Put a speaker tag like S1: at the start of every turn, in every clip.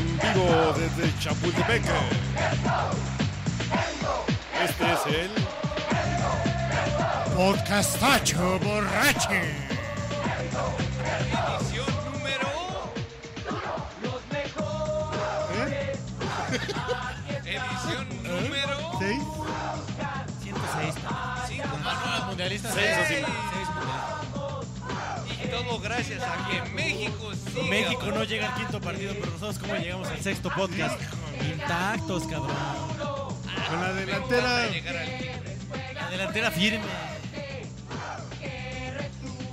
S1: vivo desde Chapultepec. Este es el
S2: Podcastacho borrache.
S3: Edición número.
S2: ¿Eh?
S3: Edición número.
S2: ¿Sí?
S4: 106.
S3: Cinco
S4: Manuelas mundialistas.
S1: Seis, así.
S4: Ah, Seis mundialistas.
S3: Y todo gracias a que México sigue.
S4: México no llega al quinto partido, pero nosotros cómo llegamos al sexto podcast. Intactos, cabrón.
S2: Con la
S3: Me encanta
S2: delantera.
S3: llegar al quinto.
S4: La delantera firme.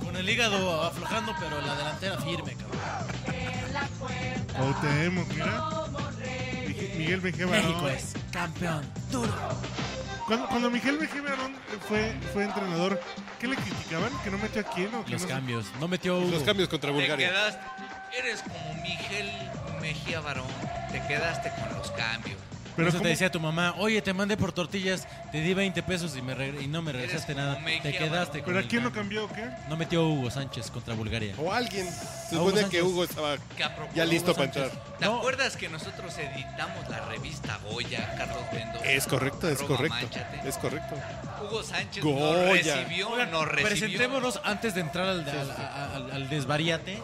S4: Con el hígado aflojando, pero la delantera firme, cabrón.
S2: Cuauhtémoc, mira. Mige- Miguel Mejía
S4: México
S2: Barón.
S4: es campeón. Duro.
S2: Cuando, cuando Miguel Mejía Barón fue, fue entrenador, ¿qué le criticaban? ¿Que no metió a quién? O que
S4: Los
S2: no-
S4: cambios. No metió
S1: los
S4: Hugo.
S1: cambios contra
S3: Te
S1: Bulgaria.
S3: quedaste. Eres como Miguel Mejía Barón. Te quedaste con los cambios.
S4: Pero
S2: Pero
S4: eso
S2: ¿cómo?
S4: te decía tu mamá, oye, te mandé por tortillas, te di 20 pesos y, me regre- y no me regresaste
S3: Eres
S4: nada.
S3: como Mejía,
S4: Te quedaste con
S2: ¿Pero a
S4: el
S2: quién lo
S4: cambio.
S2: cambió o qué?
S4: No metió Hugo Sánchez contra Bulgaria.
S1: O alguien. Se
S4: A Hugo
S1: supone que
S4: Sánchez.
S1: Hugo estaba
S3: Que a propósito,
S1: ya listo
S4: Hugo
S1: para
S4: Sánchez.
S1: entrar.
S3: ¿Te
S4: No.
S3: acuerdas que nosotros editamos la revista Goya, Carlos Mendoza?
S1: Es correcto, es
S3: Arroba
S1: correcto.
S3: Manchate.
S1: Es correcto.
S3: Hugo Sánchez
S1: Goya.
S3: nos recibió,
S4: Oigan,
S3: nos recibió.
S4: presentémonos antes de entrar al, al- a- al- al desvariate.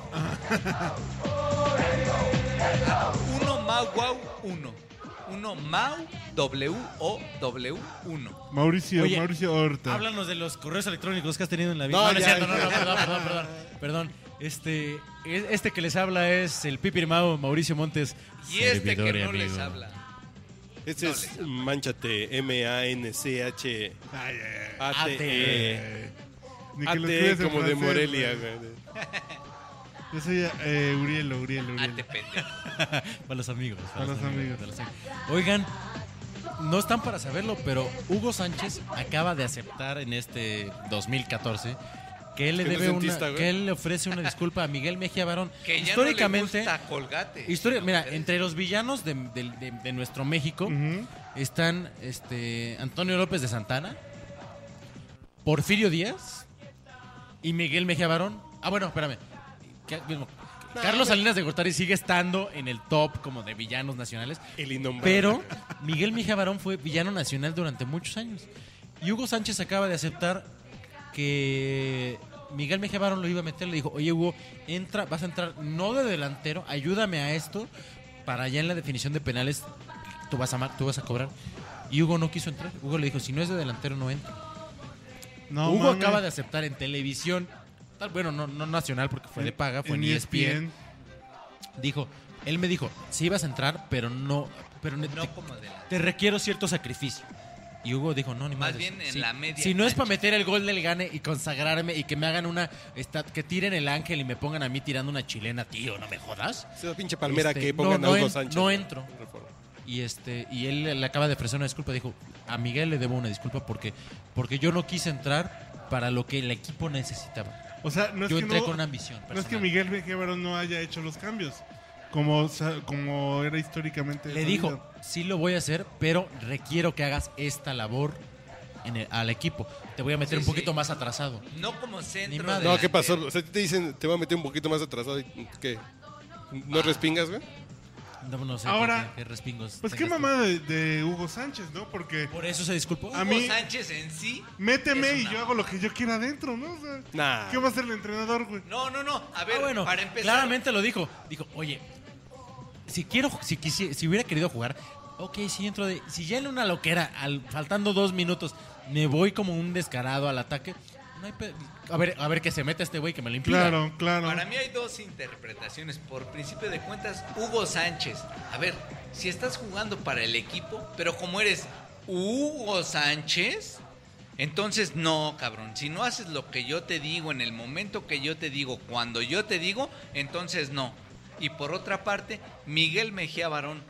S3: Uno Mau Guau uno. Uno Mau W O W 1.
S2: Mauricio,
S4: Oye,
S2: Mauricio Horta.
S4: Háblanos de los correos electrónicos que has tenido en la vida.
S1: No,
S4: No, no es
S1: ya,
S4: cierto, no,
S1: ya.
S4: no, perdón, perdón, perdón. Perdón. Este, e- este que les habla es el Pipirmao Mauricio Montes.
S3: Y este que
S4: servidor y
S3: no
S4: amigo.
S3: les habla.
S1: Este es Manchate, M-A-N-C-H-A-T-E.
S2: Ay, ay,
S4: Ah,
S2: ay.
S3: Ah,
S2: Eh,
S4: eh.
S2: Ni que lo
S1: A-T,
S2: estudies en
S1: E, como de
S2: francés,
S1: Morelia,
S2: güey.
S1: güey.
S2: Yo soy eh, Uriel, Uriel,
S3: Ah,
S2: Uriel.
S3: te pendejo.
S4: Para los amigos.
S2: Para los amigos.
S4: para los amigos. Oigan, no están para saberlo, pero Hugo Sánchez acaba de aceptar en este 2014 que él le
S1: Que no es
S4: debe una-
S1: dentista, güey.
S4: que él le ofrece una disculpa a Miguel Mejía Barón.
S3: Que ya
S4: históricamente,
S3: no le gusta Colgate.
S4: histori-
S3: No,
S4: mira,
S3: ustedes.
S4: entre los villanos de, de- de- de nuestro México
S2: Ujú.
S4: están este Antonio López de Santana, Porfirio Díaz y Miguel Mejía Barón. Ah, bueno, espérame. ¿Qué- mismo? Carlos Salinas de Gortari sigue estando en el top como de villanos nacionales,
S1: El innombrable.
S4: pero Miguel Mejía Barón fue villano nacional durante muchos años. Y Hugo Sánchez acaba de aceptar que Miguel Mejía Barón lo iba a meter. Le dijo, oye Hugo, entra, vas a entrar no de delantero, ayúdame a esto. Para allá en la definición de penales, tú vas a, mar- tú vas a cobrar. Y Hugo no quiso entrar. Hugo le dijo, si no es de delantero, no entra.
S2: No,
S4: Hugo
S2: mames.
S4: acaba de aceptar en televisión, tal, bueno, no, no nacional porque fue de paga, fue en, E
S2: E
S4: ESPN. Dijo, él me dijo, sí vas a entrar, pero no, pero ne-
S3: No
S4: te,
S3: como delante.
S4: te requiero cierto sacrificio. Y Hugo dijo, no, ni
S3: Más
S4: madres.
S3: bien en
S4: Si-
S3: la media
S4: Si no es
S3: cancha.
S4: para meter el gol del gane y consagrarme y que me hagan una, esta- que tiren el ángel y me pongan a mí tirando una chilena, tío, no me jodas.
S1: Esa pinche palmera
S4: Este,
S1: que pongan
S4: no,
S1: a
S4: no
S1: Hugo
S4: en-
S1: Sánchez.
S4: no entro.
S1: Por favor.
S4: Y este y él le acaba de ofrecer una disculpa. Dijo, a Miguel le debo una disculpa porque, porque yo no quise entrar para lo que el equipo necesitaba.
S2: O sea, no es
S4: yo
S2: que
S4: entré
S2: no-
S4: con una ambición.
S2: No es que
S4: personal.
S2: Miguel Mejía Barón no haya hecho los cambios, como, sa- como era históricamente.
S4: Le
S2: sabido.
S4: dijo, sí lo voy a hacer, pero requiero que hagas esta labor en el- al equipo. Te voy a meter
S3: Sí,
S4: un poquito
S3: sí.
S4: más atrasado.
S3: No como
S4: Ni
S3: centro.
S4: madre.
S1: No, ¿qué
S3: delantero.
S1: pasó? O sea, te dicen, te voy a meter un poquito más atrasado y ¿qué? ¿No respingas, güey?
S4: No, no sé
S2: Ahora,
S4: qué, qué respingos
S2: Pues qué
S4: tengas tú.
S2: mamada de, de Hugo Sánchez, ¿no? Porque
S4: Por eso se disculpó.
S2: A
S3: Hugo
S2: mí-
S3: Sánchez en sí.
S2: méteme
S3: es
S2: y
S3: una-
S2: yo hago lo que yo quiera adentro, ¿no? O sea,
S1: Nah.
S2: ¿Qué va a hacer el entrenador, güey?
S3: No, no, no. A
S4: Ah,
S3: ver,
S4: bueno,
S3: para empezar.
S4: claramente lo dijo. Dijo, oye, si quiero, si, quisi- si hubiera querido jugar, ok, si entro de. Si ya en una loquera, al, faltando dos minutos, me voy como un descarado al ataque. no hay pe- a ver, a ver que se meta este güey que me lo impida.
S2: Claro, claro.
S3: Para mí hay dos interpretaciones. Por principio de cuentas, Hugo Sánchez. A ver, si estás jugando para el equipo, pero como eres Hugo Sánchez, entonces no, cabrón. Si no haces lo que yo te digo en el momento que yo te digo, cuando yo te digo, entonces no. Y por otra parte, Miguel Mejía Barón,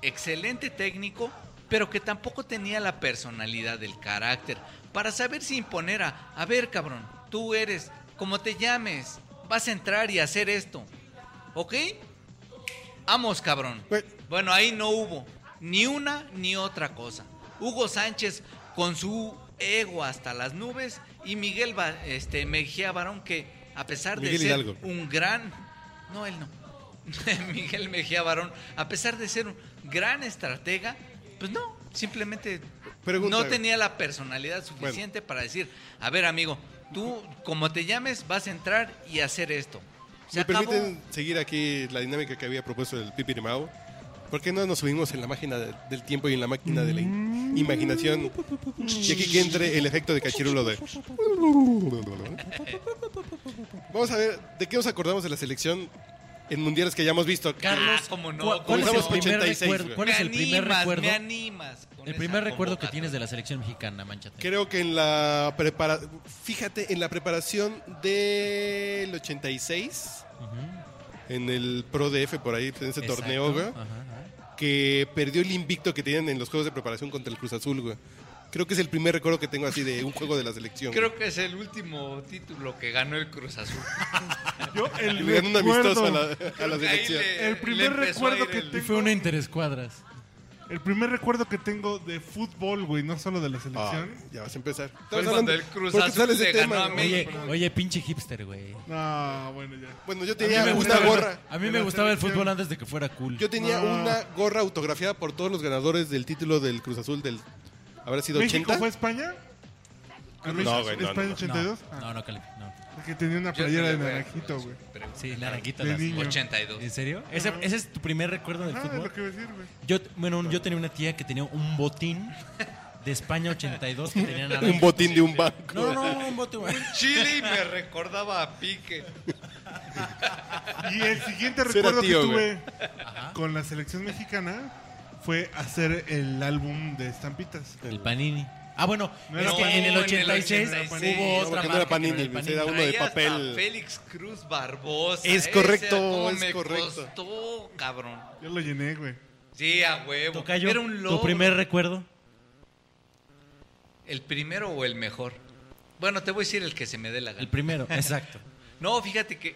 S3: excelente técnico, pero que tampoco tenía la personalidad del carácter para saber si imponer a, a ver, cabrón, tú eres, como te llames, vas a entrar y hacer esto. ¿Ok? Vamos, cabrón.
S1: Güey.
S3: Bueno, ahí no hubo ni una ni otra cosa. Hugo Sánchez con su ego hasta las nubes y Miguel Ba- este, Mejía Barón que a pesar de
S1: Miguel
S3: ser
S1: Hidalgo.
S3: un gran... No, él no. Miguel Mejía Barón, a pesar de ser un gran estratega, pues no, simplemente
S1: Pregunta,
S3: no
S1: güey.
S3: tenía la personalidad suficiente para decir, a ver amigo, tú como te llames vas a entrar y hacer esto. Se
S1: ¿Me
S3: acabó.
S1: permiten seguir aquí la dinámica que había propuesto el Pipirimao? ¿Por qué no nos subimos en la máquina de- del tiempo y en la máquina de la in- imaginación? Y aquí que entre el efecto de cachirulo de... Vamos a ver, ¿de qué nos acordamos de la selección en mundiales que hayamos visto?
S4: Carlos,
S3: Ah, cómo no,
S4: ¿cuál,
S3: cómo
S4: cuál es el
S1: no.
S4: primer
S1: 86,
S4: recuerdo?
S1: güey.
S4: ¿Cuál es el
S3: Me
S4: primer
S3: animas,
S4: recuerdo?
S3: Me animas. con
S4: El
S3: esa
S4: primer recuerdo que
S3: convocatoria.
S4: tienes de la selección mexicana, manchate.
S1: Creo que en la prepara... Fíjate, en la preparación del 86, en el Pro DF por ahí, en ese
S4: Exacto.
S1: torneo, güey.
S4: Ajá, ajá.
S1: que perdió el invicto que tenían en los juegos de preparación contra el Cruz Azul, güey. Creo que es el primer recuerdo que tengo así de un juego de la selección.
S3: Creo que es el último título que ganó el Cruz Azul.
S2: Yo el
S1: que le dan un amistoso a la,
S2: recuerdo-
S1: a la
S3: Creo que ahí
S1: selección.
S3: le-
S2: El
S3: le
S2: primer
S3: empezó a
S2: recuerdo
S3: ir
S2: que
S3: el-
S4: Y
S2: tengo-
S4: fue una interescuadras.
S2: El primer recuerdo que tengo de fútbol, güey, no solo de la
S1: Ah,
S2: selección.
S1: ya vas a empezar.
S3: Fue
S1: Estamos
S3: cuando
S1: hablando-
S3: el Cruz
S1: ¿por qué
S3: Azul
S1: sale ese
S3: le
S1: tema,
S3: ganó a
S1: güey?
S4: Oye,
S3: perdón.
S4: oye, pinche hipster, güey.
S2: No, bueno, ya.
S1: Bueno, yo
S4: A
S1: tenía
S4: mí me
S1: una
S4: gustaba-
S1: gorra.
S4: A mí
S2: De
S4: me
S2: la
S4: gustaba el
S2: selección.
S4: fútbol antes de que fuera cool.
S1: Yo tenía
S2: No.
S1: una gorra autografiada por todos los ganadores del título del Cruz Azul del habrá sido
S2: ¿México
S1: 80.
S2: fue España?
S1: No, güey, no,
S2: ¿España
S1: no.
S2: 82?
S4: No, no, no, Caleb, no.
S2: Ah, Que tenía una
S3: Yo
S2: playera
S3: te
S2: de
S3: le voy a-
S2: naranjito, güey.
S3: Pero-
S4: Sí, naranjita.
S2: De
S4: las-
S2: niño.
S3: 82.
S4: ¿En serio? ¿Ese, ese es tu primer recuerdo del
S2: Ah, es
S4: fútbol?
S2: lo que iba a decir, güey.
S4: Yo, bueno, yo tenía una tía que tenía un botín de España 82 que tenía naranja.
S1: Un botín de un banco.
S4: No, no, no, un botín. güey.
S3: Chile y me recordaba a Pique.
S2: Y el siguiente
S1: Será
S2: recuerdo
S1: tío,
S2: que
S1: güey.
S2: tuve con la selección mexicana fue hacer el álbum de estampitas.
S4: El panini. Ah, bueno,
S2: No
S4: es
S2: era
S4: que en
S2: Panini,
S4: el
S2: no,
S3: en el
S4: 86
S3: 86.
S4: hubo
S1: No,
S4: otra
S1: porque no
S4: marca
S1: era Panini,
S4: que el
S1: pues, era uno de
S3: Traía hasta
S1: papel.
S3: Félix Cruz Barbosa.
S1: Es
S3: Ese
S1: correcto,
S3: cómo
S1: es
S3: me
S1: correcto.
S3: costó, cabrón.
S2: Yo lo llené, güey.
S3: Sí, a huevo.
S4: Tocayo,
S3: Era un logro.
S4: tu primer recuerdo.
S3: ¿El primero o el mejor? Bueno, te voy a decir el que se me dé la
S4: El
S3: gana.
S4: primero, exacto.
S3: No, fíjate que...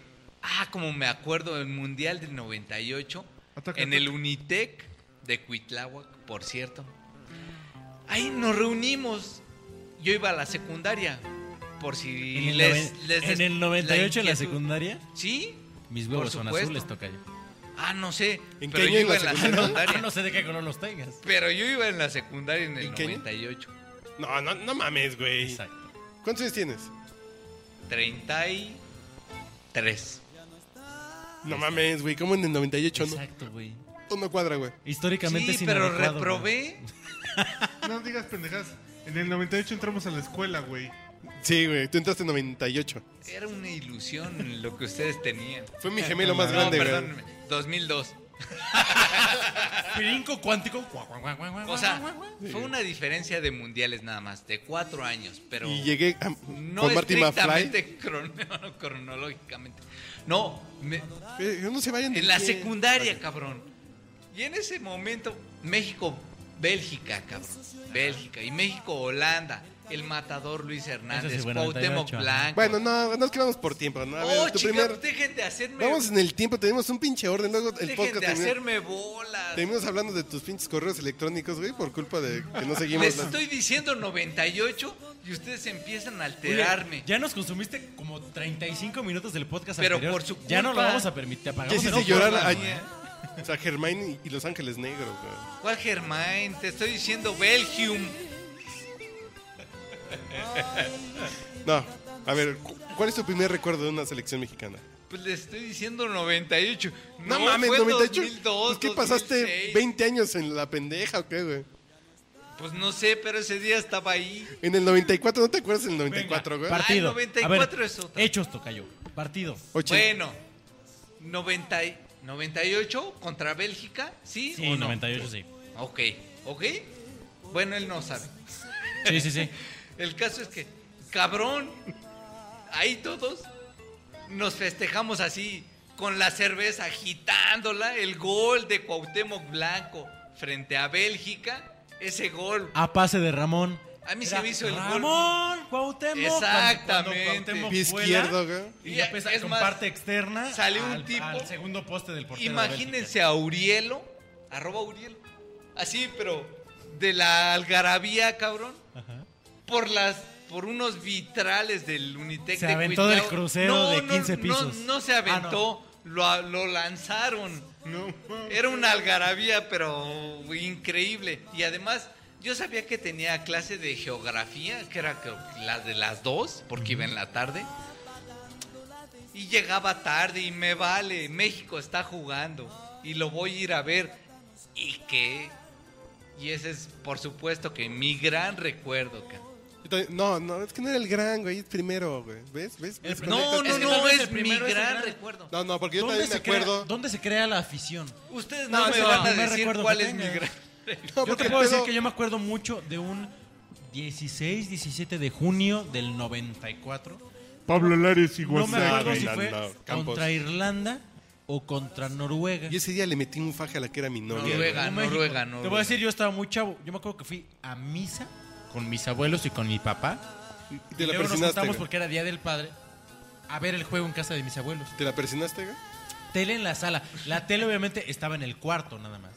S3: Ah, como me acuerdo, el Mundial del 98,
S1: Ah,
S2: Ataca,
S3: en
S2: ataca.
S3: el Unitec de Cuitláhuac, por cierto. Ahí nos reunimos. Yo iba a la secundaria, por si
S4: en, el
S3: les,
S4: noven-
S3: les
S4: en
S3: des-
S4: el 98 en la
S3: inquietud.
S4: secundaria,
S3: Sí.
S4: mis
S3: por
S4: huevos son
S3: supuesto.
S4: azules, Tocayo.
S3: Ah, no sé.
S1: ¿En
S3: pero
S1: qué
S3: yo
S1: año
S3: iba
S1: en la
S3: en la
S1: secundaria?
S3: secundaria.
S4: Ah, no sé de qué color los tengas.
S3: Pero yo iba en la secundaria en el
S1: ¿En qué año?
S3: 98.
S1: No, no, no mames, güey.
S4: Exacto.
S1: ¿Cuántos años tienes?
S3: 33.
S1: No mames, güey. ¿Cómo en el 98 no?
S4: Exacto, güey.
S1: No cuadra, güey.
S4: Históricamente
S3: sí,
S4: sin
S3: pero reprobé.
S2: No digas pendejas. En el 98 entramos a la escuela, güey.
S1: Sí, güey. Tú entraste en 98.
S3: Era una ilusión lo que ustedes tenían.
S1: Fue mi gemelo más
S3: No,
S1: grande, güey.
S3: perdónenme. 2002.
S4: Brinco cuántico.
S3: O sea, fue una diferencia de mundiales nada más, de cuatro años, pero
S1: Y llegué a-
S3: no
S1: con Marty McFly.
S3: estrictamente crono- cronológicamente. No, me-
S1: Eh, no se vayan de
S3: en la
S1: pie.
S3: secundaria, cabrón. Y en ese momento, México, Bélgica, cabrón. Bélgica. Y México, Holanda. El matador Luis Hernández,
S4: Ese sí fue en el
S3: Cuauhtémoc
S4: 98,
S3: Blanco.
S1: Bueno, no, nos quedamos por tiempo. ¿no? A ver,
S3: oh,
S1: tu
S3: chicas,
S1: primer-
S3: dejen de hacerme.
S1: Vamos en el tiempo, tenemos un pinche orden. Luego el
S3: dejen
S1: podcast
S3: de
S1: termina-
S3: hacerme bolas.
S1: Terminamos hablando de tus pinches correos electrónicos, güey, por culpa de que no seguimos.
S3: Les
S1: la-
S3: estoy diciendo 98 y ustedes empiezan a alterarme.
S4: ya nos consumiste como 35 minutos del podcast
S3: Pero
S4: anterior.
S3: por su
S4: Ya no lo
S3: culpa.
S4: vamos a permitir. apagamos
S1: Ya hiciste
S4: el-
S1: llorar
S4: No,
S1: a-
S4: güey.
S1: O sea, Germain y Los Ángeles Negros, güey.
S3: ¿Cuál Germain? Te estoy diciendo Belgium.
S1: No, a ver, cu- ¿cuál es tu primer recuerdo de una selección mexicana?
S3: Pues le estoy diciendo 98.
S1: No, mames,
S3: fue
S1: 98.
S3: 2002,
S1: ¿Pues ¿Qué pasaste
S3: 2006.
S1: 20 años en la pendeja o qué, güey?
S3: Pues no sé, pero ese día estaba ahí.
S1: En el 94, ¿no te acuerdas del
S4: Venga,
S1: 94, güey?
S4: Partido.
S3: Ay, 94 es otra.
S4: Hechos, Tocayo. Partido.
S1: Ocho-
S3: Bueno, 90 y- 98 contra Bélgica, ¿sí?
S4: Sí,
S3: o no?
S4: 98, sí.
S3: Ok, ok. Bueno, él no sabe.
S4: Sí, sí, sí.
S3: El caso es que, cabrón, ahí todos nos festejamos así, con la cerveza agitándola, el gol de Cuauhtémoc Blanco frente a Bélgica, ese gol.
S4: A pase de Ramón.
S3: A mí se
S4: Era
S3: me hizo el gol.
S4: Ramón, Cuauhtémoc.
S3: Exactamente.
S1: Pie izquierdo, güey.
S4: Y la pesa
S3: Es
S4: con
S3: más,
S4: parte externa.
S3: salió un
S4: al-
S3: tipo-
S4: Al segundo poste del portero. de
S3: Imagínense a Urielo, arroba Urielo, así, pero de la algarabía, cabrón,
S4: Bélgica. Ajá.
S3: por las por unos vitrales del Unitec
S4: Se
S3: de
S4: aventó del
S3: Cuitláhuac.
S4: crucero de 15
S3: no,
S4: pisos.
S3: No, no se
S4: Ah, no.
S3: aventó, lo, lo lanzaron.
S2: No, mames.
S3: Era una algarabía, pero increíble. Y además, yo sabía que tenía clase de geografía, que era creo que la de las dos, porque iba en la tarde. Y llegaba tarde y me vale, México está jugando y lo voy a ir a ver. ¿Y qué? Y ese es, por supuesto, que mi gran recuerdo. ca-
S1: Yo también- No, no, es que no era el gran, güey, es primero, güey. ¿Ves? ¿Ves? ¿Ves?
S4: pr-
S3: No,
S1: Conectas-
S4: Es
S3: no,
S4: que
S3: no,
S4: tal vez
S3: es
S4: el
S3: mi
S4: primero
S3: gran,
S4: es el gran-
S3: recuerdo.
S1: No, no, porque yo también me
S4: se crea-
S1: acuerdo.
S4: ¿Dónde se crea la afición?
S3: Ustedes
S4: No,
S3: no,
S4: ese
S3: me
S4: es el
S3: van a
S4: primer
S3: decir
S4: recuerdo
S3: cuál
S4: que
S3: es mi
S4: tengo.
S3: gran.
S1: No,
S4: Yo
S1: porque
S4: te
S1: el
S4: puedo decir
S1: pedo-
S4: que yo me acuerdo mucho de un 16, 17 de junio del 94.
S2: Pablo Lares y
S4: No me acuerdo
S1: güey,
S4: si
S1: no,
S4: fue
S1: no, Campos.
S4: contra Irlanda o contra Noruega.
S1: Y ese día le metí un faje a la que era mi novia.
S3: Noruega.
S1: güey.
S4: En México.
S3: Noruega, Noruega.
S4: Te voy a decir, yo estaba muy chavo. Yo me acuerdo que fui a misa con mis abuelos y con mi papá.
S1: Y Te
S4: Y
S1: la
S4: luego nos
S1: persinaste,
S4: juntamos
S1: güey.
S4: porque era Día del Padre a ver el juego en casa de mis abuelos.
S1: ¿Te la persinaste, güey?
S4: Tele en la sala. La tele obviamente estaba en el cuarto nada más.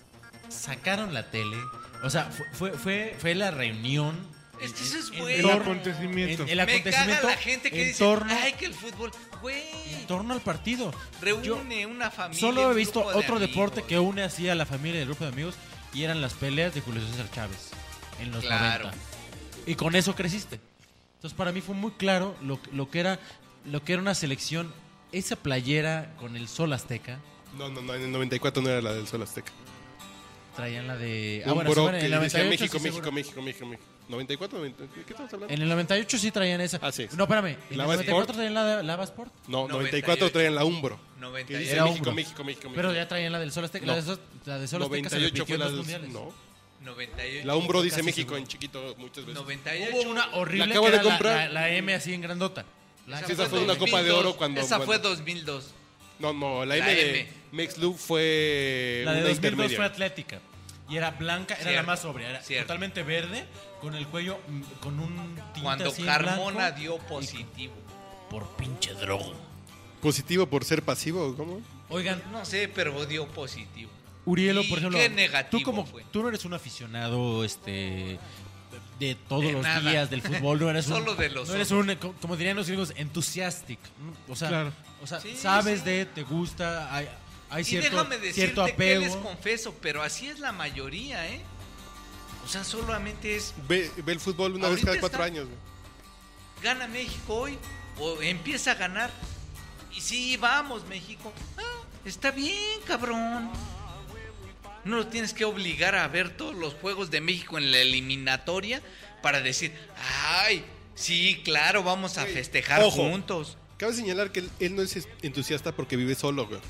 S4: Sacaron la tele. O sea, fue, fue, fue, fue la reunión.
S3: Es que eso es
S4: En-
S3: bueno.
S4: en-
S2: El acontecimiento.
S4: en-
S3: me
S4: el
S3: caga
S4: acontecimiento
S3: la gente que
S4: en
S3: dice,
S4: torno-
S3: ay, que el fútbol, güey,
S4: en torno al partido. Yo-
S3: reúne una familia.
S4: Solo
S3: un
S4: he visto
S3: grupo de
S4: otro deporte
S3: amigos".
S4: que une así a la familia y el grupo de amigos y eran las peleas de Julio César Chávez en los
S3: Claro.
S4: 90. Y con eso creciste. Entonces para mí fue muy claro lo, lo que era lo que era una selección esa playera con el sol azteca
S1: No, no, no, en el 94 no era la del Sol Azteca.
S4: traían la de
S1: un
S4: sí,
S1: bro
S4: Ah, bueno, en
S1: que
S4: el
S1: decía
S4: 98
S1: México,
S4: sí,
S1: México,
S4: seguro.
S1: México, México, México. ¿94? 90? ¿De qué estamos hablando?
S4: En el 98 sí traían esa.
S1: Así es.
S4: No, espérame, en
S1: La
S4: el
S1: Vasport.
S4: 94 traían la de la Vasport,
S1: No,
S3: 98.
S1: 94 traían la Umbro. Que
S3: 98.
S1: dice
S4: Era
S1: México,
S4: Umbro.
S1: México, México, México.
S4: pero ya traían la del sol azteca,
S1: No.
S4: la de sol, la de sol azteca se
S1: 98
S4: repitió
S1: fue
S4: en
S1: la
S4: los
S1: del...
S4: mundiales.
S1: No,
S3: 98.
S1: la Umbro dice
S4: Casi
S1: México
S4: seguro.
S1: en chiquito muchas veces.
S3: 98.
S4: Hubo una horrible
S1: La acabo
S4: que
S1: de
S4: era la-
S1: comprar.
S4: La, la M así en grandota. La-
S1: Sí, esa fue una Copa de Oro cuando-
S3: Esa fue
S1: cuando-
S3: 2002.
S1: No, no, la,
S3: La
S1: M de
S3: M.
S1: Mex Lu fue
S4: La de
S1: una
S4: 2002 fue
S1: intermedia.
S4: atlética. Y era blanca, era la
S3: Cierto,
S4: más sobria. Era
S3: cierto.
S4: totalmente verde, con el cuello, mm, con un tinte
S3: Cuando
S4: así en
S3: Carmona
S4: blanco.
S3: dio positivo.
S4: Por pinche drogo.
S1: Positivo por ser pasivo, ¿cómo?
S4: Oigan,
S3: No sé, pero dio positivo.
S4: Urielo,
S3: ¿Y
S4: por ejemplo.
S3: qué negativo
S4: tú, como,
S3: fue?
S4: tú no eres un aficionado este de todos
S3: De
S4: los
S3: nada.
S4: días del fútbol. No eres
S3: Solo
S4: un,
S3: de los
S4: no eres un, co- como dirían los gringos, enthusiastic. ¿no? O sea,
S2: Claro.
S4: o sea
S3: Sí,
S4: sabes
S3: sí.
S4: de, te gusta, hay, hay cierto,
S3: y déjame decirte
S4: cierto apego.
S3: que les confeso, pero así es la mayoría, ¿eh? O sea, solamente es
S1: Ve, ve el fútbol una vez
S3: Ahorita
S1: cada cuatro
S3: está-
S1: años. güey.
S3: gana México hoy o empieza a ganar. Y sí, vamos, México. Ah, está bien, cabrón. No lo tienes que obligar a ver todos los juegos de México en la eliminatoria para decir, ay, sí, claro, vamos a
S1: Güey,
S3: festejar
S1: ojo.
S3: juntos.
S1: Cabe señalar que él, él no es entusiasta porque vive solo, güey.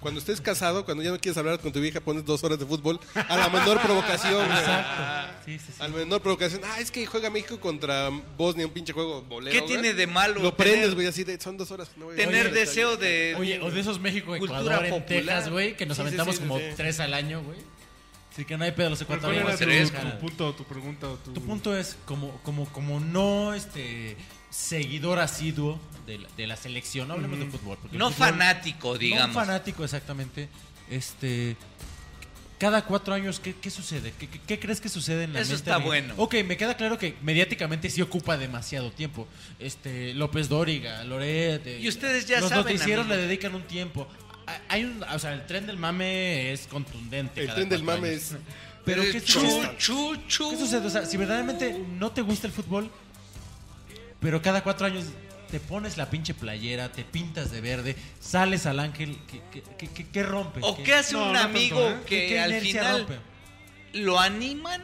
S1: Cuando estés casado, cuando ya no quieres hablar con tu vieja, pones dos horas de fútbol a la menor provocación, güey.
S4: Exacto. Sí, sí, sí.
S1: Al menor provocación, ah, es que juega México contra Bosnia, un pinche juego bolero.
S3: ¿Qué
S1: güey.
S3: tiene de malo
S1: Lo
S3: tener-
S1: prendes, güey, así de, son dos horas. no, güey.
S3: Tener
S1: Oye,
S3: deseo de...
S4: Oye, o de esos
S3: Cultura
S4: México-Ecuador en
S3: popular.
S4: Texas, güey, que nos
S1: Sí, sí,
S4: aventamos
S1: sí, sí,
S4: como
S1: sí.
S4: tres al año, güey. Así que no hay pedo los
S2: Pero ¿Cuál
S4: ecuatorianos.
S2: era
S3: Tres,
S2: tu,
S4: Cara.
S2: tu punto, tu pregunta o tu...
S4: Tu punto es, como, como, como no este seguidor asiduo de la, de la selección, no hablemos de fútbol. porque el
S3: No
S4: fútbol-
S3: fanático, digamos.
S4: No un fanático, exactamente. Este. Cada cuatro años, ¿qué, qué sucede? ¿Qué, qué, qué crees que sucede en la
S3: Eso
S4: mente
S3: está
S4: de-
S3: bueno.
S4: Ok, me queda claro que mediáticamente sí ocupa demasiado tiempo. Este, López Dóriga, Loret. eh,
S3: Y ustedes ya
S4: los
S3: saben,
S4: noticieros
S3: amigos.
S4: le dedican un tiempo. Ah, Hay un, o sea, el tren del mame es contundendente.
S1: El
S4: cada
S1: tren del
S4: cuatro
S1: mame
S4: años.
S1: es.
S4: Pero
S3: Eh,
S4: ¿qué
S3: chu,
S4: sucede?
S3: chu, chu.
S4: ¿Qué sucede? O sea, si verdaderamente no te gusta el fútbol, pero cada cuatro años te pones la pinche playera, te pintas de verde, sales al ángel, ¿qué, qué- qué- qué- qué rompe?
S3: ¿O qué hace
S2: No,
S3: un
S2: no tanto,
S3: amigo
S2: ¿eh?
S4: qué-
S3: que
S4: qué
S3: al
S4: inercia
S3: final
S4: rompe?
S3: lo animan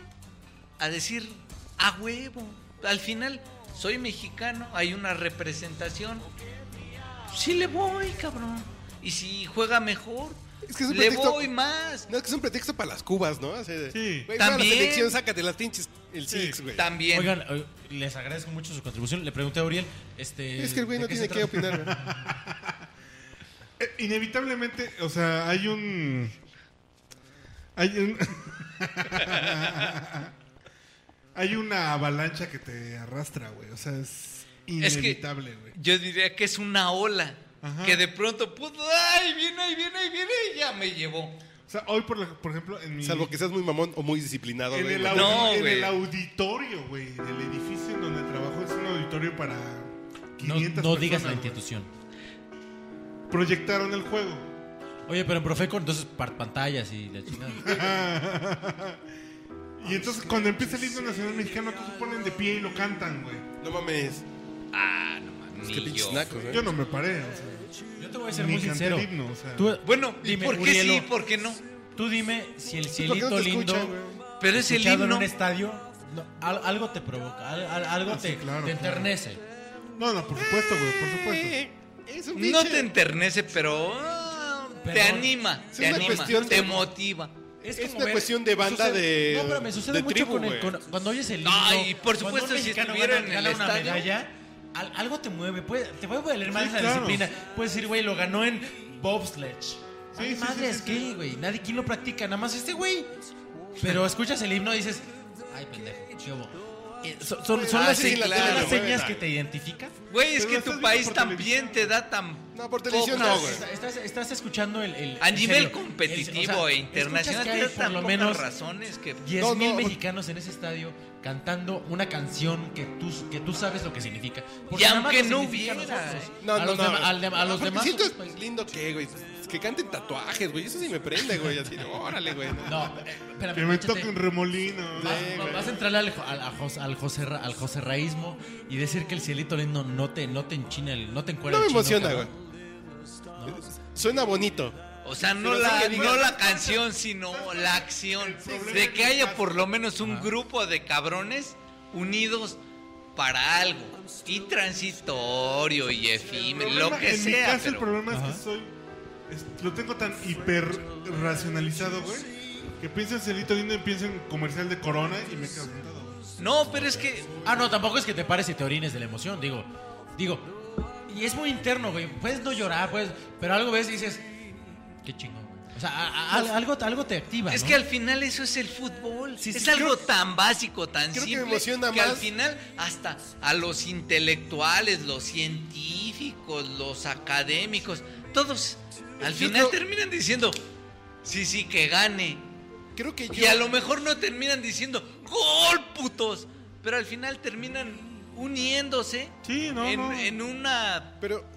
S3: a decir a huevo? Al final soy mexicano, hay una representación. Sí le voy, cabrón. Y si juega mejor,
S1: Es que es un
S3: le
S1: pretexto-
S3: voy más.
S1: No, es que es un pretexto para las cubas, ¿no? Así de,
S2: Sí.
S1: güey, juega
S3: También.
S1: la selección, sácate las pinches. El Six, güey.
S3: También.
S4: Oigan, eh, les agradezco mucho su contribución. Le pregunté a Uriel, este...
S1: Es que el güey
S4: ¿de
S1: no
S4: qué se
S1: tiene que
S4: trata?
S1: opinar, güey.
S2: Eh, inevitablemente, o sea, hay un... Hay un... hay una avalancha que te arrastra, güey. O sea, es
S3: Es que-
S2: inevitable, güey.
S3: Yo diría que es una ola.
S2: Ajá.
S3: Que de pronto, puto, ay, viene, ahí viene, ahí viene, y ya me llevó.
S2: O sea, hoy, por, la- por ejemplo, en mi...
S1: Salvo que seas muy mamón o muy disciplinado,
S2: En
S1: güey.
S2: el,
S1: güey.
S2: au-
S3: No.
S2: en
S3: güey.
S2: el auditorio, güey, del edificio en donde trabajo es un auditorio para
S4: No,
S2: 500
S4: no digas la
S2: personas, güey.
S4: institución.
S2: Proyectaron el juego.
S4: Oye, pero en Profeco entonces par- pantallas y la chingada.
S2: Y entonces cuando empieza el himno nacional mexicano, todos se ponen de pie y lo cantan, güey.
S1: No mames.
S3: Ah, no mames.
S1: Qué
S3: ni
S1: pinches
S3: yo.
S1: nacos, ¿eh?
S2: Yo no me paré, o sea,
S4: Yo te voy a ser
S2: Ni
S4: muy
S2: canté
S4: sincero.
S2: el himno, o sea.
S4: Tú-
S3: Bueno, ¿y
S4: dime,
S3: por qué
S4: Urielo,
S3: sí? ¿Por qué no?
S4: Tú dime si el
S1: ¿Por qué no
S4: cielito
S1: te
S4: lindo
S1: escuchan, güey?
S3: Pero es el
S4: escuchado en
S3: himno.
S4: un estadio, no, al- algo te provoca, al- al- algo te, te
S2: Ah, claro, claro.
S4: enternece.
S2: No, no, por supuesto, güey, por supuesto.
S3: No te enternece, pero ah, te
S4: Pero-
S3: anima,
S1: Es
S3: te
S1: una
S3: anima,
S1: cuestión
S3: te
S1: de-
S3: motiva.
S1: Es una cuestión de banda
S4: sucede-
S1: de-
S4: No, pero me sucede
S1: de
S4: mucho
S1: tribu,
S4: con, el,
S1: güey.
S4: con- cuando oyes el himno.
S3: Ay, por
S4: cuando
S3: supuesto,
S4: un
S3: si
S4: mexicano
S3: estuviera
S4: gana-
S3: en el
S4: gana una
S3: estadio.
S4: medalla, al- algo te mueve, puede- te puede valer más
S2: Sí,
S4: la
S2: claro.
S4: disciplina. Puedes decir, güey, lo ganó en bobsledge. Ay,
S2: sí,
S4: madres,
S2: sí, sí,
S4: ¿qué, güey? Nadie, ¿quién lo practica? Nada más este güey. Pero escuchas el himno y dices, ay, pendejo, qué hubo. Eh, Son, son- son
S1: Ah,
S4: las,
S1: sí,
S4: se-
S1: la
S4: las
S1: tele lo mueve,
S4: señas
S1: nah.
S4: que te identifican.
S3: Güey, es
S2: Pero
S3: que
S2: estás
S3: tu
S2: viendo
S3: país
S2: por
S3: también te da tan.
S1: No, por televisión
S3: pocas-
S1: no, güey.
S4: Estás, estás- estás escuchando el, el-
S3: A
S4: en
S3: nivel
S4: serio, el-
S3: competitivo
S4: o sea,
S3: e
S4: escuchas
S3: internacional
S4: que
S3: te
S4: hay
S3: da
S4: por
S3: tan
S4: lo
S3: pocas
S4: menos
S3: razones que.
S4: 10.000
S1: No, no, por-
S4: mexicanos en ese estadio cantando una canción que tú, que tú sabes lo que significa.
S3: Y
S4: nada más
S3: aunque
S4: lo
S3: no
S4: significa a
S3: hubiera,
S4: nosotros.
S3: ¿eh?
S1: No,
S4: a
S1: no,
S4: los,
S1: no.
S4: dema- al de- a los
S1: Aparte,
S4: demás. pues.
S1: siento
S4: otros países.
S1: lindo que, güey. Que canten tatuajes, güey. Eso sí me prende, güey. Así, de, órale, güey. no.
S4: No, eh, espérame.
S2: Que me
S4: échate.
S2: toque un remolino.
S4: Vas,
S2: güey.
S4: va- vas a entrar al, al, a Jos- al José, Ra- al José Raísmo y decir que el cielito lindo no te, no te enchina, el- no te encuentra
S1: No me emociona, güey. Suena bonito.
S3: O sea, no
S1: Pero sí
S3: la,
S1: que digas-
S3: no la canción, sino la acción. De que haya por lo menos un grupo de cabrones unidos para algo. Y transitorio, y efímero,
S2: El
S3: lo
S2: problema-
S3: que
S2: en mi
S3: sea.
S2: caso el
S3: pero-
S2: problema es que soy. es- lo tengo tan hiper racionalizado, güey. Que pienso en Celito Lindo y pienso en comercial de Corona y me quedo sentado. güey.
S3: No, pero es que.
S4: Ah, no, tampoco es que te pares y te orines de la emoción, digo. Digo, y es muy interno, güey. Puedes no llorar, puedes, pero algo ves y dices, qué chingón, güey. O sea, a- a- al- algo, algo te activa.
S3: Es
S4: ¿no?
S3: que al final eso es el fútbol.
S4: Sí, sí,
S3: es
S4: creo-
S3: algo tan básico, tan
S1: creo que me
S3: simple.
S1: emociona
S3: que al
S1: más.
S3: final hasta a los intelectuales, los científicos, los académicos, todos al
S1: Yo creo-
S3: final terminan diciendo, sí, sí, que gane.
S1: Creo que yo.
S3: Y a lo mejor no terminan diciendo, gol, putos. Pero al final terminan uniéndose
S2: Sí, no,
S3: en,
S2: no.
S3: en una...
S1: Pero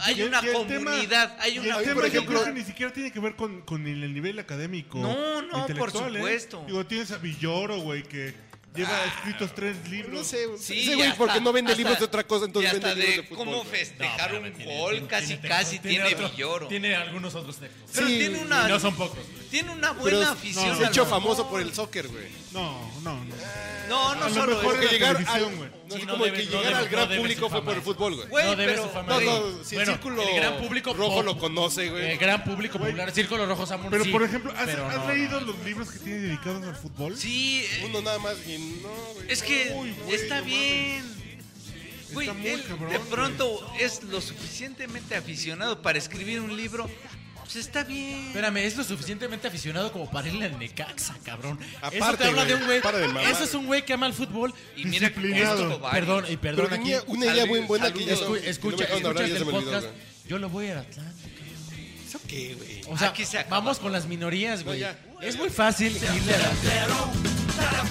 S3: Hay
S2: Y el-
S3: una
S2: y el tema-
S3: comunidad, hay
S2: y
S3: una
S2: El tema,
S1: por
S2: yo
S1: ejemplo-
S2: creo que ni siquiera tiene que ver con, con el, el nivel académico.
S3: No, no,
S2: intelectual,
S3: por
S2: ¿eh?
S3: supuesto.
S2: Digo, tienes a Villoro, güey, que lleva escritos tres libros.
S1: Ah, no sé,
S3: Sí,
S1: ese güey,
S3: hasta-
S1: porque no vende
S3: hasta-
S1: libros de otra cosa, entonces
S3: y hasta
S1: vende libros de
S3: de
S1: fútbol.
S3: cómo
S1: güey.
S3: festejar
S4: No,
S3: un
S4: espérame, tiene-
S3: gol,
S4: tiene-
S3: casi,
S4: tiene-
S3: casi tiene, Ah,
S4: otro-
S3: villoro.
S4: Tiene algunos otros textos.
S3: Pero
S1: Sí,
S3: tiene una,
S4: Y no son pocos. güey.
S3: tiene una buena
S1: Pero
S3: afición.
S1: se
S3: al
S1: echó
S3: fútbol.
S1: famoso por el soccer, güey.
S2: No, no, no.
S4: Ah,
S3: No, no
S2: A lo
S3: solo
S2: mejor
S3: eso.
S1: Que
S2: la
S1: llegar
S2: televisión,
S1: al,
S2: güey.
S1: no,
S4: Sí,
S1: es
S4: no
S1: como
S4: debe-
S1: que
S4: no
S1: llegar
S4: debe-
S1: al gran
S4: no debe
S1: público
S4: su
S1: fue por
S4: fama.
S1: el fútbol, güey.
S3: Güey,
S4: no debe
S3: pero-
S4: su fama.
S1: No,
S4: de-
S1: no, si el
S4: bueno,
S1: círculo
S4: el gran público
S1: rojo
S4: pop-
S1: lo conoce,
S4: El
S1: güey.
S4: Eh, gran público popular, el Círculo Rojo Samuel.
S2: Pero,
S4: sí,
S2: por ejemplo, ¿has,
S4: pero
S2: has
S4: no,
S2: leído
S4: no.
S2: los libros que tiene dedicados al fútbol?
S3: Sí, eh,
S1: Uno nada más y no, güey.
S3: es que
S2: Uy, güey,
S3: está
S2: no mames.
S3: bien. Güey,
S2: muy
S3: él
S2: cabrón,
S3: de
S2: güey.
S3: pronto es lo suficientemente aficionado para escribir un libro. Pues está bien.
S4: Espérame, es lo suficientemente aficionado como para irle al Necaxa, cabrón. eso
S1: Aparte,
S4: te habla de un
S1: güey,
S4: güey.
S1: para de mamar.
S4: Eso es un güey que ama el fútbol.
S3: y mira que
S2: disciplinado.
S3: conozco varios.
S4: Perdón, y perdón
S1: Pero
S4: aquí.
S1: tenía una idea
S3: Saludos,
S1: muy buena que ya son-
S3: saludos.
S4: Escu-
S1: que no me
S4: escucha,
S1: acaban de
S4: escucha
S1: hablar, ya
S4: el
S1: se me olvidó,
S4: podcast.
S1: güey.
S4: Yo lo voy al Atlántico.
S1: ¿Eso qué, güey?
S4: O sea,
S3: Aquí se acaba
S4: vamos
S3: todo.
S4: con las minorías, güey.
S1: ya.
S4: es muy fácil irle al Atlántico.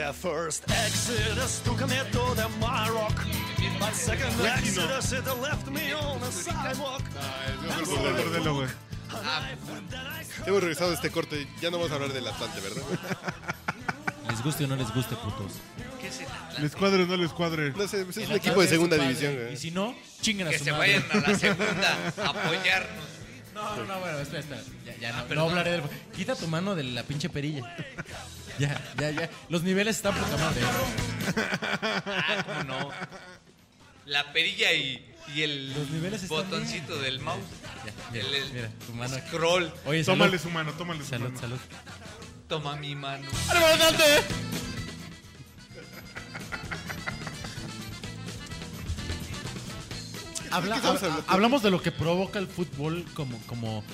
S5: The first exodus took me to the my rock. My second exodus it left me on a sidewalk.
S2: Recuérdelo, güey.
S1: Hemos regresado a este corte, ya no vamos a hablar del Atlante, ¿verdad?
S4: Les guste o no les guste, putos.
S3: ¿Qué es el Atlante?
S2: Les cuadre o no les cuadre.
S1: No sé, pues es
S4: El
S1: un equipo
S4: Atlante
S1: de
S4: es
S1: segunda
S4: su padre,
S1: división, güey.
S4: Y si no, chingan a
S3: Que
S4: su
S3: se
S4: madre.
S3: vayan a la segunda a apoyarnos.
S4: No, no, no, bueno, espera, espera. Ya, ya no, no
S3: perdón.
S4: hablaré del. Quita tu mano de la pinche perilla. ya, ya, ya. Los niveles están eh. poca madre.
S3: Ah, cómo no. La perilla y, y el
S4: Los niveles están
S3: botoncito del mouse.
S4: Ya, mira,
S3: El- el-
S4: mira, tu mano aquí.
S3: Scroll.
S4: Oye, salud.
S2: Tómale su mano, tómale su
S4: Salud,
S2: mano.
S4: salud.
S3: Toma mi mano.
S4: Habla-
S1: ¿Qué estamos
S4: hab-
S1: hablando?
S4: hablamos de lo que provoca el fútbol como. como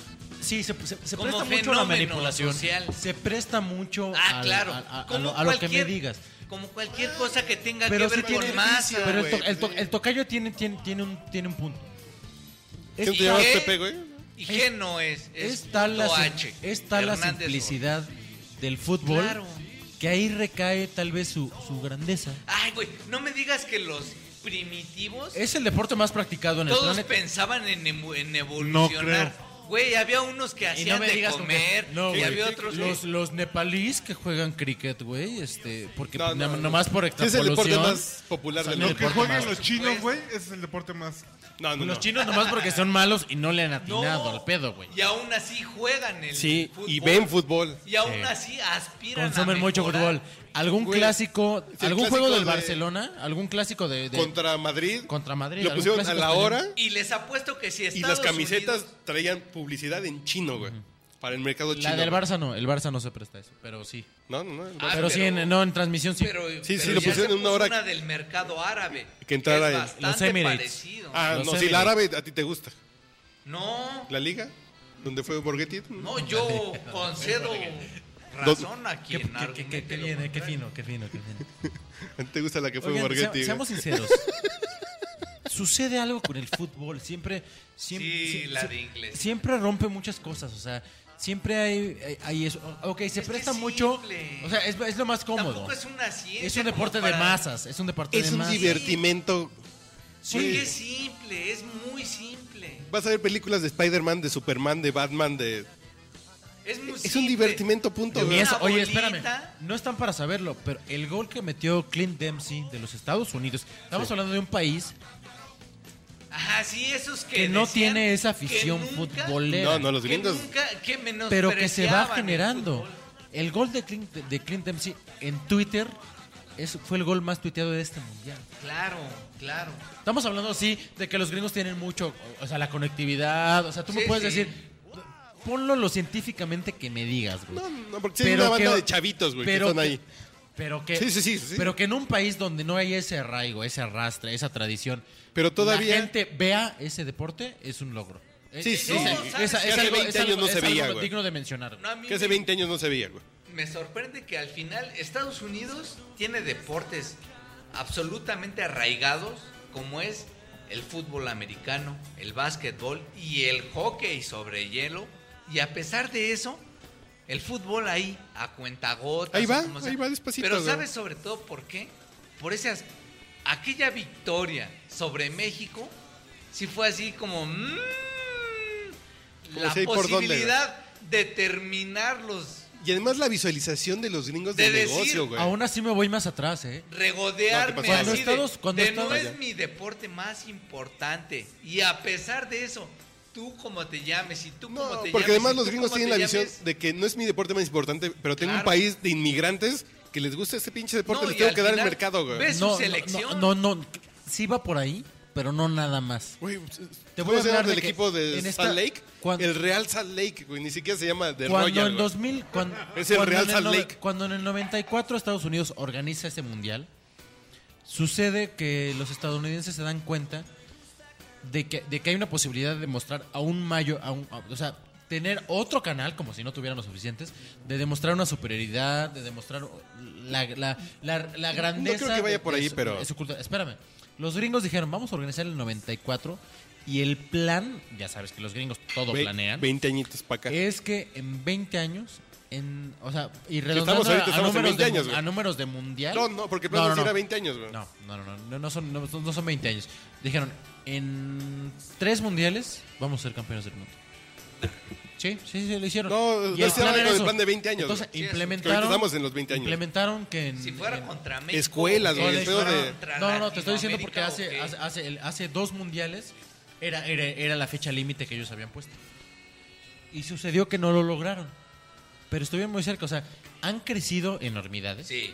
S4: sí, se, se- se
S3: Como
S4: presta mucho a la
S3: fenómeno
S4: manipulación.
S3: social.
S4: Se presta mucho
S3: Ah,
S4: al-
S3: claro.
S4: al- a, a
S3: Como
S4: lo, a lo que me
S3: cualquier-
S4: digas.
S3: Como cualquier cosa que tenga
S4: Pero
S3: que
S4: sí
S3: ver
S4: tiene-
S3: con masa.
S4: Pero el,
S1: güey,
S4: to- el to-
S1: sí.
S4: el tocayo tiene, tiene, tiene, un, tiene un punto.
S1: ¿Quién
S3: ¿Y
S1: te llamas
S3: qué?
S1: Pepe, güey?
S3: ¿Y qué no es?
S4: Es tal la,
S3: punto
S4: sim-
S3: H.
S4: es tal la
S3: Hernández
S4: simplicidad del fútbol,
S3: Claro.
S4: que ahí recae tal vez su, su grandeza.
S3: Ay, güey, no me digas que los primitivos
S4: Es el deporte más practicado en el
S3: todos
S4: planeta.
S3: pensaban en, emu- en evolucionar. Güey, había unos que
S4: Y
S3: hacían
S4: no me
S3: de
S4: digas con
S3: comer
S4: que- no,
S3: y
S4: güey.
S3: había otros
S4: los,
S3: que...
S4: los nepalíes que juegan cricket, güey, este, porque
S1: No, no,
S4: na-
S1: no.
S4: nomás por
S1: Sí, es el
S4: extrapolación.
S1: deporte más popular del
S4: Sale
S2: Lo
S1: mundo.
S2: que
S4: deporte
S2: juegan
S4: más- pues,
S2: los chinos, güey, ese es el deporte más.
S1: No, no, no.
S4: Los chinos nomás porque son malos y no le han atinado al pedo, güey.
S3: Y aún así juegan el
S4: Sí,
S3: fútbol.
S1: Y ven fútbol.
S3: Y aún
S4: Sí.
S3: así aspiran
S4: Consumen
S3: a
S4: mucho
S3: mejorar.
S4: fútbol. ¿Algún
S1: ¿eh? Güey,
S4: clásico,
S1: el
S4: algún juego
S1: clásico
S4: del
S1: de-
S4: Barcelona? ¿Algún clásico de, de- contra,
S1: Contra Madrid.
S4: Madrid?
S1: Lo
S4: ¿Algún
S1: pusieron a
S4: clásico
S1: la
S4: español?
S1: hora
S3: Y les apuesto que si
S1: y
S3: Estados
S1: las camisetas
S3: Unidos-
S1: traían publicidad en chino, güey. Para el mercado chino.
S4: La del
S1: güey.
S4: Barça no, el Barça no se presta a eso, pero sí.
S1: No, no, no. el
S3: Ah,
S1: Barça.
S4: pero, sí,
S3: pero-
S4: en, no, en transmisión sí.
S3: Pero,
S1: Sí, sí,
S3: pero
S1: lo
S3: ya se
S1: pusieron en una
S3: puso
S1: hora-
S3: Una del mercado árabe.
S1: Que entrara
S3: es
S1: en-
S3: bastante
S4: los Emirates.
S3: parecido.
S1: Ah,
S4: Los
S1: no, si el
S4: Emirates.
S1: árabe a ti te gusta.
S3: No,
S1: ¿La liga? ¿Donde fue Borghetti?
S3: no, yo concedo razón a
S4: Qué,
S3: quien
S4: qué- qué- qué- qué
S3: argumente lo
S4: bien, eh, qué
S3: contrario.
S4: fino, qué fino, qué fino.
S1: ¿A ti ¿Te gusta la que fue
S4: Oigan, se-
S1: Borghetti? güey?
S4: seamos sinceros. Sucede algo con el fútbol. Siempre. siempre
S3: Sí,
S4: sie-
S3: la
S4: sie-
S3: de inglés.
S4: Siempre rompe muchas cosas. O sea, siempre hay, hay- hay eso. O- Ok, se
S3: Es que
S4: presta
S3: es
S4: mucho.
S3: simple.
S4: O sea, es, es lo más cómodo.
S3: Tampoco es una ciencia.
S4: Es un deporte
S3: como
S4: de
S3: para-
S4: masas. Es un deporte
S1: Es
S4: de
S1: un
S4: masas.
S1: divertimento.
S3: Porque es simple, es muy simple.
S1: Vas a ver películas de Spider-Man, de Superman, de Batman, de...
S3: Es muy
S1: Es un divertimento, punto.
S4: Y
S1: güey.
S4: eso-
S3: Una
S4: oye,
S3: bolita.
S4: espérame. No están para saberlo, pero el gol que metió Clint Dempsey de los Estados Unidos. Estamos hablando de un país
S3: Ajá, sí, esos que.
S4: que no
S3: decían
S4: tiene esa
S3: que
S4: afición
S3: nunca-
S4: futbolera.
S1: No, no, los
S3: que
S1: gringos...
S3: nunca- que
S4: pero que se va
S3: menospreciaban el
S4: generando.
S3: fútbol.
S4: El gol de Clint, de Clint Dempsey en Twitter es, fue el gol más tuiteado de este mundial.
S3: Claro, claro.
S4: Estamos hablando, sí, de que los gringos tienen mucho, o- o sea, la conectividad, o sea, tú me
S3: Sí,
S4: puedes
S3: sí.
S4: decir, ponlo lo científicamente que me digas, güey.
S1: No, no, porque sí hay una banda de chavitos, güey, que
S4: pero
S1: están ahí.
S4: Pero que,
S1: Sí, sí, sí, sí.
S4: pero que en un país donde no hay ese arraigo, ese arrastre, esa tradición,
S1: Pero todavía-
S4: la gente vea ese deporte es un logro.
S1: Sí,
S4: Eh,
S1: sí.
S4: esa-
S3: No,
S4: esa-
S3: ¿sabes?
S4: esa-
S3: Que
S4: es
S3: hace
S4: algo-
S1: 20
S4: es algo-
S1: años no
S4: es
S1: se veía,
S4: algo
S1: güey.
S4: digno de mencionar. güey.
S3: No, a mí
S1: Que hace
S3: me-
S1: 20 años no se veía, güey.
S3: Me sorprende que al final Estados Unidos tiene deportes absolutamente arraigados como es el fútbol americano, el básquetbol y el hockey sobre hielo. Y a pesar de eso, el fútbol ahí a cuentagotas.
S1: Ahí
S3: o
S1: va,
S3: como
S1: ahí va despacito,
S3: Pero
S1: güey.
S3: ¿sabes sobre todo por qué? Por esas, aquella victoria sobre México, si fue así como... mm,
S1: Como
S3: la
S1: si hay por dónde, güey.
S3: posibilidad de terminar los
S1: Y además la visualización de los gringos
S3: De
S1: del
S3: decir-
S1: negocio, güey.
S4: Aún así me voy más atrás, ¿eh?
S1: No,
S3: regodearme
S1: ¿qué pasó?
S3: así
S4: Cuando
S3: de,
S4: Estados- cuando
S3: de
S4: Estados-
S3: no
S1: Vaya.
S3: es mi deporte más importante y a pesar de eso tú como te llames y tú
S1: No,
S3: como te
S1: porque
S3: llames,
S1: además
S3: y
S1: los
S3: tú
S1: gringos
S3: cómo
S1: tienen la
S3: te
S1: visión
S3: llames.
S1: de que no es mi deporte más importante, pero tengo un
S3: Claro.
S1: país de inmigrantes que les gusta este pinche deporte,
S3: No,
S1: les
S3: y
S1: tengo
S3: al
S1: que dar el
S3: final
S1: mercado, güey.
S3: ves- Es su selección.
S4: No, no, no, sí va por ahí, pero no nada más.
S1: Güey,
S4: Te
S1: voy
S4: voy a
S1: a hablar
S4: hablar de
S1: del
S4: que
S1: equipo de
S4: en
S1: Salt
S4: esta-
S1: Lake,
S4: cuan-
S1: el Real Salt Lake, güey, ni siquiera se llama The
S4: Cuando
S1: Royal.
S4: en
S1: güey.
S4: 2000, cuan-
S1: Es el
S4: cuando
S1: Real
S4: en
S1: Salt
S4: no-
S1: Lake.
S4: Cuando en el 94 Estados Unidos organiza ese mundial, sucede que los estadounidenses se dan cuenta de que, de que hay una posibilidad de mostrar a un mayo, a un- a- o sea, tener otro canal, como si no tuvieran los suficientes, de demostrar una superioridad, de demostrar la, la- la- la grandeza.
S1: creo que vaya
S4: de-
S1: por
S4: de
S1: ahí,
S4: su-
S1: pero-
S4: de su cultura. Espérame. Los gringos dijeron, vamos a organizar el 94 y el plan, ya sabes que los gringos todo
S1: Ve-
S4: planean.
S1: 20 añitos para acá.
S4: Es que en 20 años, en, o sea, y redondeando
S1: Estamos ahorita,
S4: a,
S1: estamos en
S4: números
S1: 20
S4: de,
S1: años, güey.
S4: a números de mundial.
S1: no, no, porque el plan
S4: no,
S1: no,
S4: no.
S1: era 20 años, güey.
S4: No, no, no, no, no son, no, no son 20 años. Dijeron, en tres mundiales vamos a ser campeones del mundo. Sí, sí, sí, lo hicieron.
S1: No, no hicieron algo del plan de 20 años,
S4: Entonces,
S1: güey.
S3: Sí, eso.
S4: implementaron.
S1: Que ahorita estamos en los 20 años.
S4: Implementaron que en.
S3: si fuera
S4: en-
S3: contra México
S1: Escuelas, güey,
S3: si
S1: el pedo
S3: fuera
S1: de-
S3: contra
S4: no, no, no, te estoy diciendo porque hace,
S3: Latinoamérica,
S4: hace,
S3: ¿o
S4: hace el- hace dos mundiales era, era, era la fecha límite que ellos habían puesto. Y sucedió que no lo lograron. Pero estuvieron muy cerca, o sea, han crecido
S3: qué?
S4: enormidades.
S3: sí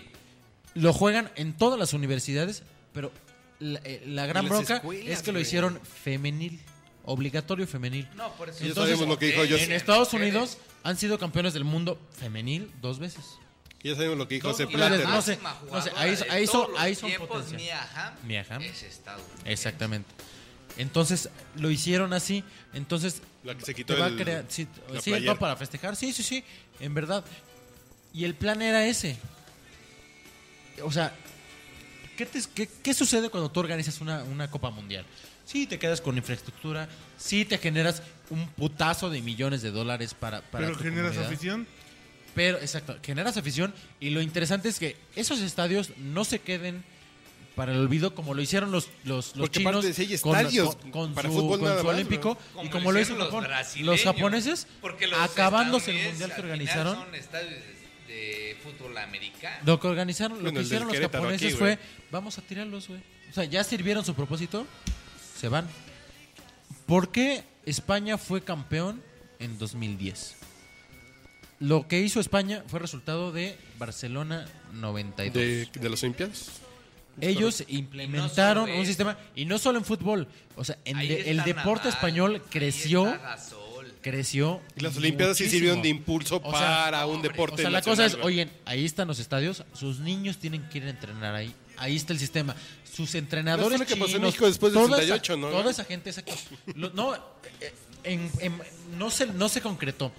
S4: Lo juegan en todas las universidades, pero la, eh, la gran
S1: En las
S4: bronca
S1: escuelas,
S4: es que lo
S1: güey.
S4: hicieron femenil, obligatorio femenil.
S3: no por eso
S1: Ya sabemos lo que dijo yo-
S4: En Estados Unidos han sido campeones del mundo femenil dos veces.
S1: Que Ya sabemos lo que dijo
S4: No,
S1: ese
S4: no,
S1: Plater.
S4: no,
S1: güey.
S4: no, sé, sé, ahí son- ahí son- ahí son potencia. Mia
S3: Mia Hamm
S4: Hamm.
S3: es Estados Unidos.
S4: Exactamente. Entonces lo hicieron así. Entonces
S1: La que se quitó
S4: te va a
S1: el-
S4: crear- sí,
S1: la
S4: sí, no,
S1: playera.
S4: para festejar. Sí, sí, sí. En verdad. Y el plan era ese. O sea, ¿qué, te- qué- qué sucede cuando tú organizas una, una Copa Mundial? Sí, te quedas con infraestructura. Sí, te generas un putazo de millones de dólares para, para
S2: Pero
S4: tu
S2: generas
S4: comunidad.
S2: afición.
S4: Pero, exacto, generas afición y lo interesante es que esos estadios no se queden para el olvido como lo hicieron los, los, los
S1: Porque
S4: chinos
S1: aparte sí hay
S4: con-
S1: estadios
S4: con, con
S1: para
S4: su,
S1: fútbol
S4: con
S1: nada
S4: su
S1: más,
S4: olímpico
S3: Como
S4: y como lo hizo
S3: hicieron
S4: Japón.
S3: brasileños,
S4: Los japoneses,
S3: porque los
S4: acabándose el
S3: estadounidenses
S4: mundial que
S3: al final
S4: organizaron,
S3: Son estadios de fútbol americano.
S4: lo que organizaron, lo
S1: Bueno,
S4: que
S1: el del
S4: hicieron los
S1: Querétaro
S4: japoneses
S1: aquí,
S4: fue,
S1: güey.
S4: vamos a tirarlos, güey. O sea, ya sirvieron su propósito, se van. ¿Por qué España fue campeón en 2010? Lo que hizo España fue resultado de Barcelona 92.
S1: De, de los Olimpiadas.
S4: Ellos
S3: Y no
S4: implementaron
S3: solo
S4: un
S3: es-
S4: sistema, y no solo en fútbol, o sea, en
S3: Ahí
S4: de- el
S3: está
S4: deporte
S3: Nadal,
S4: español
S3: ahí
S4: creció,
S3: está Gasol.
S4: creció.
S1: Y las Olimpiadas sí
S4: muchísimo.
S1: sirvieron de impulso
S4: O sea,
S1: para un deporte.
S4: O sea, la cosa
S1: nacional,
S4: es,
S1: güey.
S4: oye, ahí están los estadios, sus niños tienen que ir a entrenar ahí, ahí está el sistema, sus
S1: No
S4: entrenadores
S1: es lo que pasó en
S4: chinos,
S1: México después del
S4: toda
S1: 68,
S4: esa-
S1: ¿no?
S4: Toda esa gente, esa- lo- no, eh, en- en- no se, no se concretó,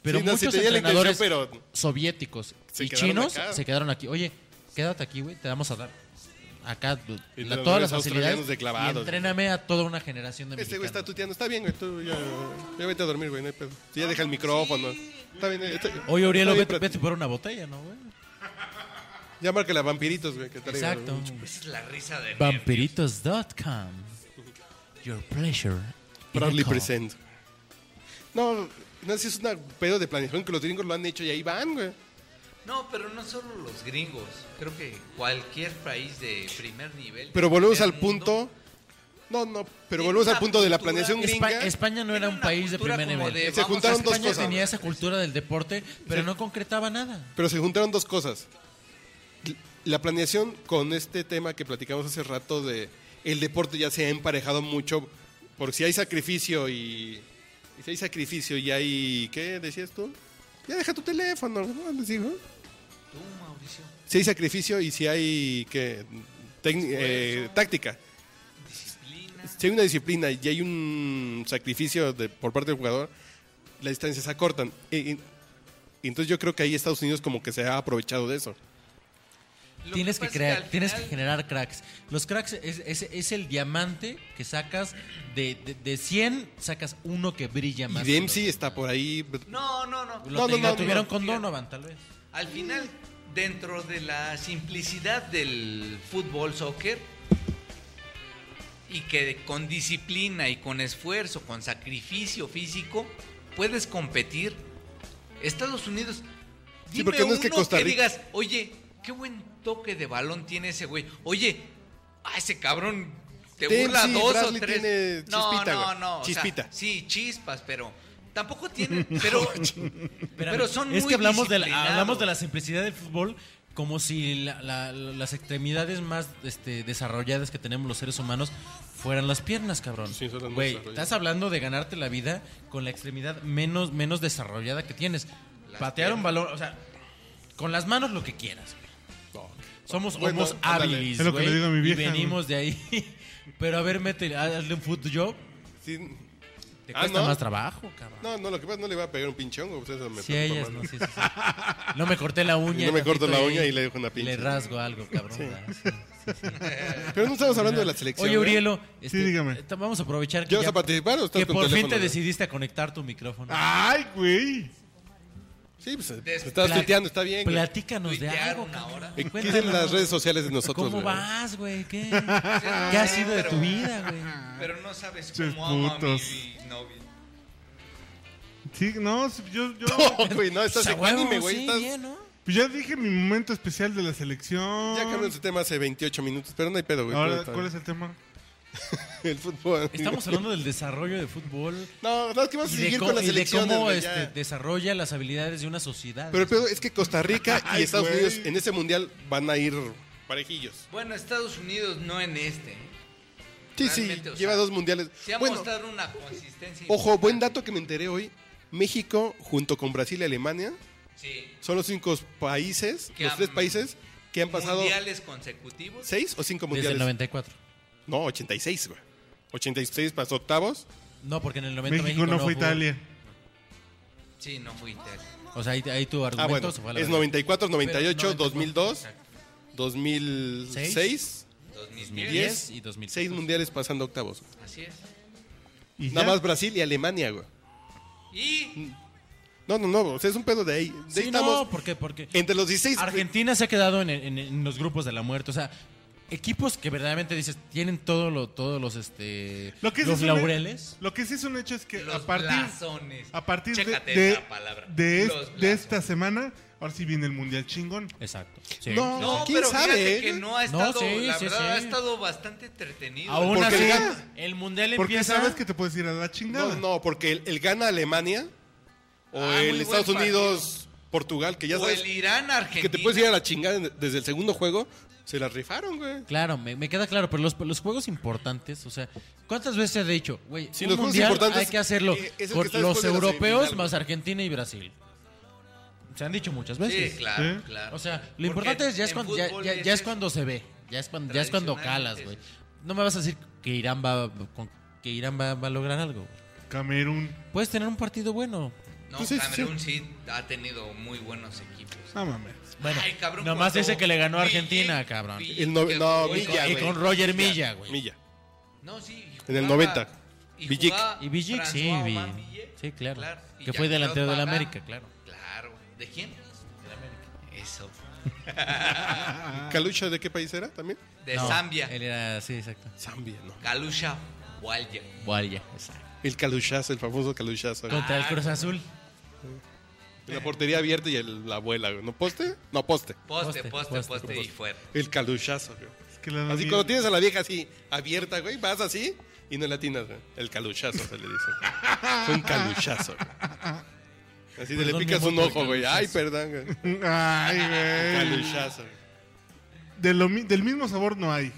S4: pero
S1: Sí, no, sí
S4: muchos
S1: tenía la intención,
S4: entrenadores
S1: pero-
S4: soviéticos
S1: Se
S4: y
S1: quedaron
S4: chinos
S1: acá.
S4: se quedaron aquí. Oye, quédate aquí, güey, te vamos a dar acá
S1: Y
S4: la-
S1: los
S4: todas las
S1: australianos
S4: facilidades.
S1: de clavados,
S4: y entréname a toda una generación de
S1: Este güey está
S4: mexicanos.
S1: tuteando. Está bien, güey. Tú ya, ya vete a dormir, güey. No hay pedo. Tú ya deja el micrófono. Está bien. está-
S4: Oye, Urielo,
S1: está bien,
S4: vete,
S1: Prat-
S4: vete por una botella, ¿no, güey?
S1: Ya márcale a vampiritos, güey. Que traiga,
S4: Exacto.
S1: güey.
S3: Esa es la risa de nervios.
S4: Vampiritos.com. Your pleasure. in
S1: Bradley
S4: a cup.
S1: Present. No, no si es un pedo de planeación que los gringos lo han hecho y ahí van, güey.
S3: No, pero no solo los gringos. Creo que cualquier país de primer nivel.
S1: Pero volvemos
S3: del
S1: al
S3: mundo
S1: punto. No, no, pero
S3: Tiene
S1: volvemos al
S3: una
S1: punto de la
S3: cultura
S1: planeación
S4: Espa-
S1: gringa.
S4: España no era
S3: tiene
S4: un
S3: una
S4: país de
S3: cultura
S4: primer
S3: como
S4: nivel.
S3: de
S1: Se
S3: vamos a
S1: juntaron dos
S4: España
S1: cosas.
S4: tenía esa cultura del deporte, pero no concretaba nada.
S1: Pero se juntaron dos cosas. La planeación con este tema que platicamos hace rato de el deporte ya se ha emparejado mucho, porque si hay sacrificio y, y si hay sacrificio y hay ¿qué decías tú? Ya deja tu teléfono, ¿no? Les digo.
S3: Tú, Mauricio.
S1: Si hay sacrificio y si hay ¿qué? Tecni- eh, táctica.
S3: Disciplina.
S1: Si hay una disciplina y hay un sacrificio de- por parte del jugador, las distancias se acortan. Y- y- y entonces yo creo que ahí Estados Unidos como que se ha aprovechado de eso.
S3: Lo
S4: tienes que
S3: pasa es
S4: crear,
S3: al
S4: tienes que
S3: final-
S4: generar cracks. Los cracks es, es- es el diamante que sacas de, de, de 100, sacas uno que brilla
S1: Y
S4: más.
S1: Dempsey está por ahí. pues,
S3: No, no, no.
S4: Lo,
S1: No, no,
S4: lo
S1: no,
S4: tuvieron
S1: no.
S4: con Donovan, tal vez.
S3: Al final, dentro de la simplicidad del fútbol, soccer, y que con disciplina y con esfuerzo, con sacrificio físico, puedes competir. Estados Unidos,
S1: Sí,
S3: dime
S1: porque no es que
S3: uno
S1: Costa Rica-
S3: digas, oye, qué buen toque de balón tiene ese güey. Oye, a ese cabrón te
S1: Dempsey,
S3: burla dos
S1: Bradley
S3: o tres.
S1: tiene
S3: no,
S1: chispita,
S3: no,
S1: güey.
S3: no. o sea,
S1: Chispita.
S3: sí, chispas, pero tampoco tienen. Pero, pero son
S4: es
S3: muy
S4: que hablamos de, la,
S3: disciplinados.
S4: hablamos de la simplicidad del fútbol como si la- la- las extremidades más este, desarrolladas que tenemos los seres humanos fueran las piernas, cabrón.
S1: Sí, son las más
S4: Güey,
S1: desarrolladas.
S4: estás hablando de ganarte la vida con la extremidad menos, menos desarrollada que tienes.
S3: Las
S4: Patear
S3: piernas.
S4: un balón, o sea, con las manos lo que quieras. güey. Somos
S1: Bueno,
S4: homos
S1: ándale.
S4: habilis,
S2: Es lo que
S4: güey,
S2: le digo a mi
S4: y
S2: vieja,
S4: venimos de ahí. Pero a ver, mete, hazle un foot job.
S1: Sí.
S4: Te
S1: Ah,
S4: cuesta
S1: ¿no?
S4: más trabajo, cabrón.
S1: No, no, lo que pasa es que no le iba a pegar un pinchón. güey, pues eso me
S4: Sí,
S1: preocupa
S4: ellas
S1: más.
S4: no, sí, sí, sí. No me corté la uña.
S1: No me corto la
S4: tantito
S1: uña
S4: ahí.
S1: y le dejo una pinche.
S4: Le rasgo algo, cabrón. ¿verdad? Sí.
S1: Pero no estamos hablando de la selección.
S4: Oye,
S1: ¿eh?
S4: Urielo, este,
S2: Sí, dígame.
S4: te- vamos a aprovechar que,
S1: ¿Ya vas a participar o estás
S4: que
S1: con
S4: por fin
S1: teléfono, Ah,
S4: te
S1: güey?
S4: decidiste a conectar tu micrófono.
S2: ¡Ay, güey!
S1: Sí, pues
S3: Des-
S1: estás
S4: Pla-
S1: tuiteando, está bien. güey.
S4: Platícanos de
S3: Tuitear
S4: algo.
S3: una
S4: cabrón.
S3: hora.
S1: Eh, ¿Qué
S4: Cuéntanos.
S1: dicen las redes sociales de nosotros,
S4: ¿Cómo
S1: güey?
S4: vas, güey? ¿Qué? ¿Qué ha
S3: Sí,
S4: sido de
S3: pero-
S4: tu vida,
S1: Ah,
S4: güey?
S3: Pero no sabes
S2: Ches
S3: cómo amo a
S2: putos.
S3: mi novia.
S2: Sí, no, sí, yo, yo
S1: No, güey, no, estás
S4: Pues, a
S1: en
S4: huevo,
S1: anime, güey.
S4: sí,
S1: estás-
S4: bien, ¿no?
S2: pues ya dije mi momento especial de la selección.
S1: Ya cambió este tema hace 28 minutos, pero no hay pedo, güey.
S2: Ahora,
S1: Está bien.
S2: ¿cuál es el tema?
S1: El fútbol.
S4: Estamos hablando del desarrollo de fútbol
S1: No, no, es que vamos a
S4: y de
S1: seguir
S4: cómo,
S1: con la
S4: y de
S1: selección.
S4: cómo, este, desarrolla las habilidades de una sociedad.
S1: Pero el pedo es que Costa Rica y
S2: Ay,
S1: Estados
S2: güey.
S1: Unidos en ese mundial van a ir parejillos.
S3: Bueno, Estados Unidos no en este. ¿eh?
S1: Sí, sí,
S3: Realmente, o
S1: lleva
S3: sea,
S1: dos mundiales.
S3: Se ha
S1: Bueno,
S3: mostrado una consistencia.
S1: Ojo, buen
S3: importante.
S1: dato que me enteré hoy. México, junto con Brasil y Alemania,
S3: Sí.
S1: son los cinco países,
S3: Que
S1: los tres
S3: han-
S1: países que han pasado
S3: Mundiales consecutivos.
S1: seis o cinco
S4: desde el
S1: mundiales.
S4: 94.
S1: No, 86, güey. 86 pasó octavos.
S4: No, porque en el 90
S2: México, no, fue
S4: jugó.
S2: Italia.
S3: Sí, no fue Italia.
S4: O sea, ahí, ahí tu argumento
S1: Ah, bueno,
S4: Pues se fue a la
S1: es
S4: verga.
S1: 94, 98,
S4: Pero
S1: 2002,
S4: 94,
S1: 2006,
S3: 2010.
S1: 10
S4: y 2000.
S1: seis mundiales pasando octavos.
S3: Así es.
S2: Y
S1: Nada
S2: ya.
S1: más Brasil y Alemania, güey.
S3: Y
S1: No, no, no, o sea, es un pedo de ahí. De ahí
S4: Sí,
S1: estamos
S4: no, porque, porque
S1: entre los 16.
S4: Argentina se ha quedado en, en- en los grupos de la muerte. O sea, equipos que verdaderamente dices tienen todo lo, todos los este
S2: Lo que sí
S4: los
S2: es un-
S4: laureles.
S2: Lo que sí es un hecho es que
S3: Los
S2: a partir,
S3: blasones.
S2: a partir de,
S3: Chécate
S2: de-
S3: esa palabra.
S2: de es-
S3: Los
S2: de
S3: blasones.
S2: esta semana, ahora sí viene el mundial chingón.
S4: Exacto. sí.
S1: No.
S3: No,
S1: ¿Quién
S3: pero
S1: sabe,
S3: fíjate
S1: eh?
S3: que no ha
S4: No,
S3: estado,
S4: sí,
S3: la
S4: sí,
S3: verdad,
S4: sí.
S3: ha estado bastante entretenido.
S4: Aún
S1: Porque
S4: así,
S1: gana.
S4: el mundial
S2: Porque
S4: empieza.
S2: sabes que te puedes ir a la chingada.
S1: No, no, porque el, el gana Alemania o
S3: Ah, muy
S1: el
S3: buen
S1: Estados
S3: partido.
S1: Unidos, Portugal, que ya
S3: o
S1: sabes
S3: el Irán Argentina.
S1: que te puedes ir a la chingada en- desde el segundo juego, se la rifaron, güey.
S4: Claro, me, me queda claro, pero los, los juegos importantes, o sea, ¿cuántas veces se ha dicho, güey,
S1: Sí,
S4: un
S1: los juegos
S4: mundial
S1: importantes
S4: hay que hacerlo
S1: eh, es el
S4: con
S1: que está
S4: los
S1: después de la
S4: europeos
S1: semifinal,
S4: más Argentina y Brasil? Se han dicho muchas veces.
S3: Sí, claro,
S2: Sí.
S3: claro.
S4: O sea,
S3: Porque
S4: lo importante es ya es
S3: en
S4: cuando ya,
S3: fútbol
S4: ya-
S3: ese
S4: ya es
S3: es-
S4: cuando se ve, ya es cuando ya es cuando calas, güey.
S3: Tradicionalmente
S4: No me vas a decir que Irán va con- que Irán va, va a lograr algo. güey.
S2: Camerún.
S4: Puedes tener un partido bueno.
S3: No,
S1: Pues sí, sí.
S3: Camerún sí. ha tenido muy buenos equipos.
S2: No mames.
S4: Bueno,
S3: Ay, cabrón,
S4: nomás
S3: cuando
S4: ese que le ganó a
S3: Villé-
S4: Argentina, cabrón.
S3: Villé
S1: El no-
S3: que
S1: no,
S3: jugó
S4: Y
S1: Villa,
S4: con, y
S1: güey.
S4: con Roger Milla, güey.
S1: Milla.
S3: No, sí. y
S1: En el
S3: jugaba-
S1: 90.
S3: y
S1: Villic.
S3: jugaba
S4: Y Villic,
S3: François
S4: sí, vi-
S3: Omar Villic.
S4: sí, claro.
S3: y
S4: Que
S3: Jean-Claude
S4: fue delantero del
S3: Van Damme.
S4: América, claro.
S3: Claro. ¿De quién? Del América. Eso. Ah.
S1: ¿Calucha de qué país era también?
S3: De
S4: No,
S3: Zambia.
S4: Él era, sí, exacto.
S1: Zambia, no.
S3: Kalusha Walya.
S4: Guaya, exacto.
S1: El caluchazo, el famoso caluchazo. güey.
S4: Contra el Cruz Azul.
S1: La portería abierta y el- la abuela, güey. ¿No poste? No poste.
S3: Poste,
S4: Poste,
S3: poste, poste,
S4: poste,
S3: y fuera.
S1: El caluchazo, güey.
S2: Es que la
S1: Así cuando tienes a la vieja así, abierta, güey, vas así y no la atinas, güey. El caluchazo se le dice. Fue un caluchazo, güey. Así
S3: Pues
S1: de le
S4: Perdón, mi
S1: picas
S4: amor,
S1: un
S4: por el
S1: ojo, güey. Ay,
S4: caluchazo.
S1: perdón, güey.
S2: Mm,
S1: Ah,
S2: Ay, güey.
S1: Caluchazo, güey.
S2: De lo mi- del mismo sabor no hay.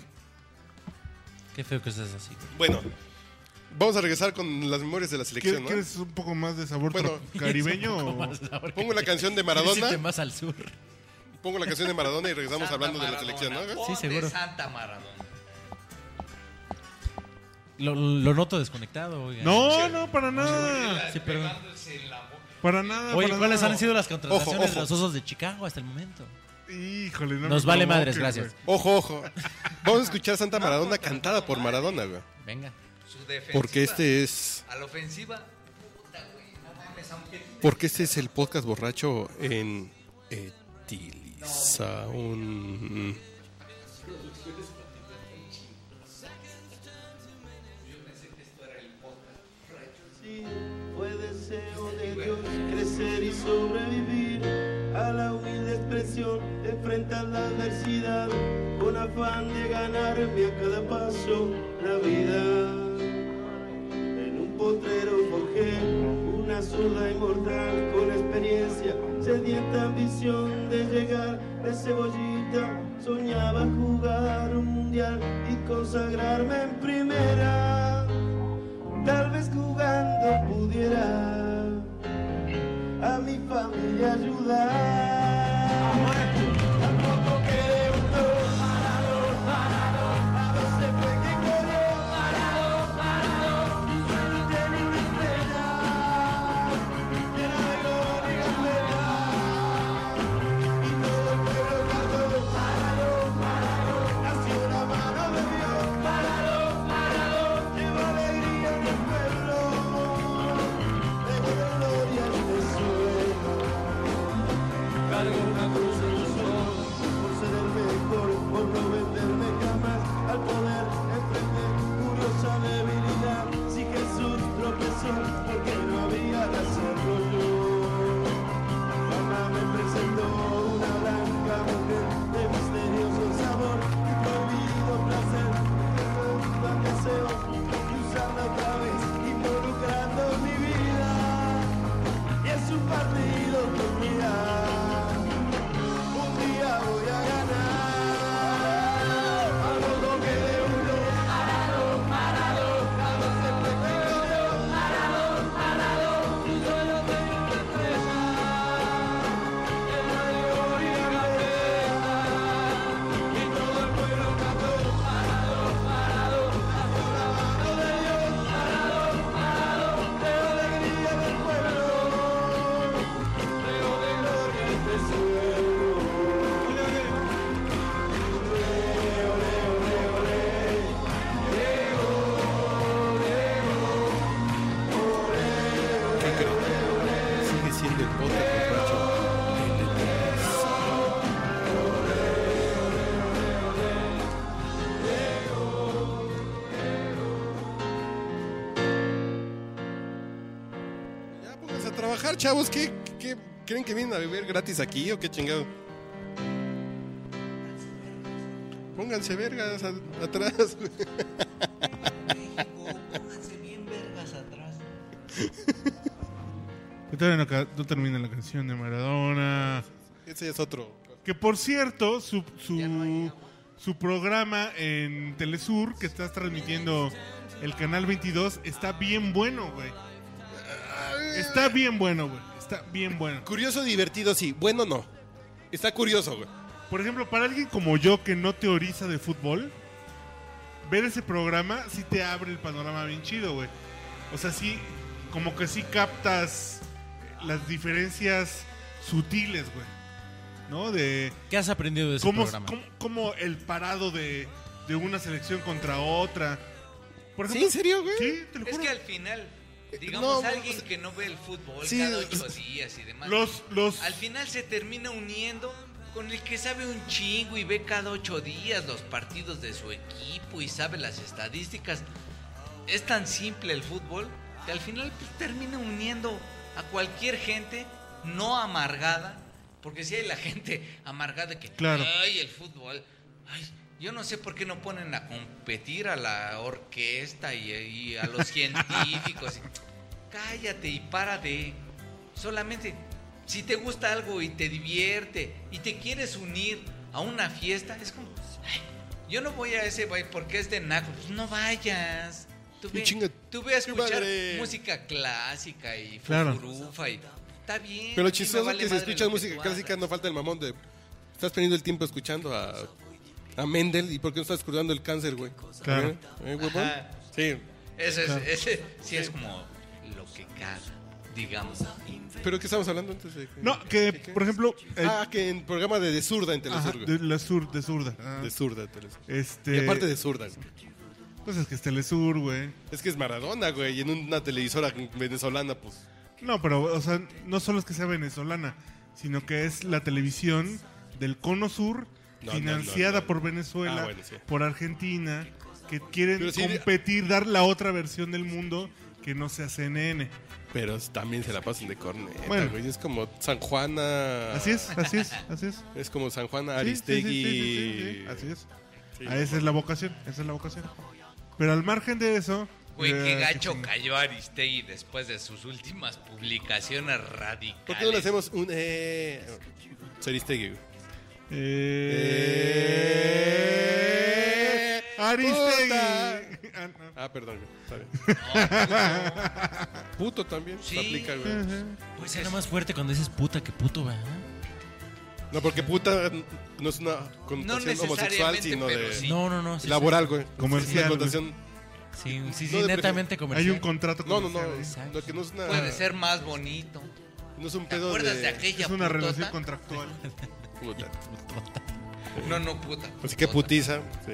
S4: Qué feo que estás así.
S1: Bueno, vamos a regresar con las memorias de la
S2: ¿Quieres,
S1: selección, ¿no?
S2: quieres un poco más de sabor
S1: Bueno.
S2: tro- caribeño?
S4: Es un
S2: o-
S4: poco más ahora
S1: Pongo la
S4: que-
S1: canción de
S4: Sí, sí, te
S1: Maradona,
S4: vas al sur.
S1: pongo la canción de Maradona y regresamos
S3: Santa
S1: hablando de la
S3: Maradona. Oh.
S1: selección, ¿no? güey?
S3: Ponte
S4: seguro.
S3: Santa Maradona.
S4: Lo, lo noto desconectado, oiga.
S2: No, no, para nada.
S4: Sí, pero-
S3: Pegándose en la boca.
S2: Para nada.
S4: Oye,
S2: para
S4: ¿cuáles
S2: nada.
S4: han sido las contrataciones
S1: Ojo, ojo.
S4: de los osos de Chicago hasta el momento?
S2: Híjole, no
S4: Nos
S2: me
S4: vale
S2: provoques,
S4: madres,
S2: güey.
S4: gracias.
S1: Ojo, ojo. Vamos a escuchar Santa Maradona cantada por Maradona, güey.
S4: Venga.
S3: Su defensiva.
S1: Porque este es.
S3: A la ofensiva. Puta, güey. No mames, aunque.
S1: Porque este es el podcast borracho en Etilizaun.
S6: Sí, fue deseo de Dios crecer y sobrevivir a la humilde expresión, enfrentar la adversidad con afán de ganarme a cada paso la vida. En un potrero forjé una zurda inmortal con experiencia, sedienta ambición de llegar de cebollita. Soñaba jugar un mundial y consagrarme en primera. Tal vez jugando pudiera a mi familia ayudar. Tampoco quedé un dos. A veces fue que corrió.
S1: trabajar, chavos. ¿Qué, qué creen que vienen a beber gratis aquí o qué chingado? Pónganse vergas a- atrás, güey.
S3: Pónganse bien vergas atrás.
S2: Que todavía no, ca- no termina la canción de Maradona.
S1: Ese ya es otro.
S2: Que por cierto, su, su, su programa en Telesur, que estás transmitiendo el canal 22, está bien bueno, güey. Está bien bueno, güey. Está bien bueno.
S1: Curioso, divertido, sí. Bueno, no. Está curioso, güey.
S2: Por ejemplo, para alguien como yo que no teoriza de fútbol, ver ese programa sí te abre el panorama bien chido, güey. O sea, sí, como que sí captas las diferencias sutiles, güey. ¿No? De
S4: ¿Qué has aprendido de ese
S2: cómo,
S4: programa?
S2: cómo- cómo el parado de, de una selección contra otra. Por
S1: ¿Sí? ¿En serio, güey?
S2: Sí, te lo
S3: Es
S2: juro.
S3: que al final,
S1: no,
S3: digamos,
S1: Eh, no,
S3: alguien
S1: o sea,
S3: que no ve el fútbol
S1: sí,
S3: cada
S1: o
S3: ocho
S1: sea,
S3: días y demás,
S2: Los, los,
S3: al final se termina uniendo con el que sabe un chingo y ve cada ocho días los partidos de su equipo y sabe las estadísticas. Es tan simple el fútbol que al final pues, termina uniendo a cualquier gente no amargada, porque si hay la gente amargada que,
S2: Claro.
S3: ay, el fútbol, ay, yo no sé por qué no ponen a competir a la orquesta y, y a los científicos. Y- Cállate y para de... Solamente si te gusta algo y te divierte y te quieres unir a una fiesta, es como, "Ay, yo no voy a ese baile porque es de naco. Pues no vayas. Tú
S1: Y
S3: ve,
S1: chinga-
S3: tú ve a
S1: qué
S3: escuchar
S1: madre.
S3: música clásica y
S2: Claro.
S3: fufurufa y está bien.
S1: Pero
S3: a mí me
S1: chistoso
S3: vale
S1: que si
S3: madre
S1: escuchas
S3: lo que
S1: música
S3: tú
S1: clásica
S3: hagas.
S1: no falta el mamón de... Estás perdiendo el tiempo escuchando a, a Mendel y ¿por qué no estás curando el cáncer, güey?
S2: Claro.
S1: ¿Eh? ¿Eh, huevón?
S3: Ajá.
S1: Sí.
S3: Eso es, ese sí es como lo que caga, digamos.
S1: ¿Pero qué estamos hablando antes de...? que-
S2: No, que, por ejemplo... el-
S1: ah, que en programa de, de zurda en
S2: ajá,
S1: Telesur, güey.
S2: de la sur, de zurda. Ah,
S1: De zurda, Telesur.
S2: este,
S1: Y aparte de zurda, güey.
S2: Pues es que es Telesur, güey.
S1: Es que es Maradona, güey, y en una televisora venezolana, pues...
S2: No, pero, o sea, no solo es que sea venezolana, sino que es la televisión del Cono Sur,
S1: No,
S2: financiada
S1: no, no, no.
S2: por Venezuela,
S1: Ah, bueno, sí.
S2: por Argentina, que quieren
S1: Pero sí-
S2: competir, dar la otra versión del mundo que no sea CNN.
S1: Pero también se la pasan de corneta,
S2: Bueno.
S1: güey. Es como San Juana...
S2: Así es, así es, así es.
S1: Es como San Juana
S2: Sí, sí, sí,
S1: Ah. Aristegui...
S2: sí, sí, sí, sí, Así es.
S1: Sí,
S2: Ah, esa es la vocación, esa es la vocación. Pero al margen de eso...
S3: Güey,
S2: eh,
S3: qué gacho
S2: sí.
S3: cayó Aristegui después de sus últimas publicaciones radicales.
S1: ¿Por qué no le hacemos un... Eh... Aristegui, güey?
S2: Eh, Aristegui.
S1: Puta.
S2: Ah, no.
S1: Ah, perdón, güey. Está bien.
S3: No,
S1: Puto también.
S3: Sí.
S1: Se aplica, güey.
S3: pues
S4: Era
S3: es-
S4: más fuerte cuando dices puta que puto, ¿verdad?
S1: No, porque puta no es una
S3: No
S1: connotación
S3: necesariamente,
S1: homosexual, sino de
S3: pero sí.
S4: No, no, no. sí,
S1: laboral, güey.
S2: Comercial,
S1: Es una connotación-
S4: Sí, sí, sí,
S1: No, de
S4: netamente comercial.
S2: Hay un contrato
S1: No, no, no.
S2: comercial, ¿eh?
S1: Lo que no es una.
S3: puede ser más bonito.
S1: No es un
S3: ¿Te
S1: pedo
S3: acuerdas de,
S1: de.
S3: aquella
S2: Es una
S3: putota?
S2: relación contractual.
S1: Puta.
S3: No, no, puta.
S1: Así que
S3: putota.
S1: putiza. Sí.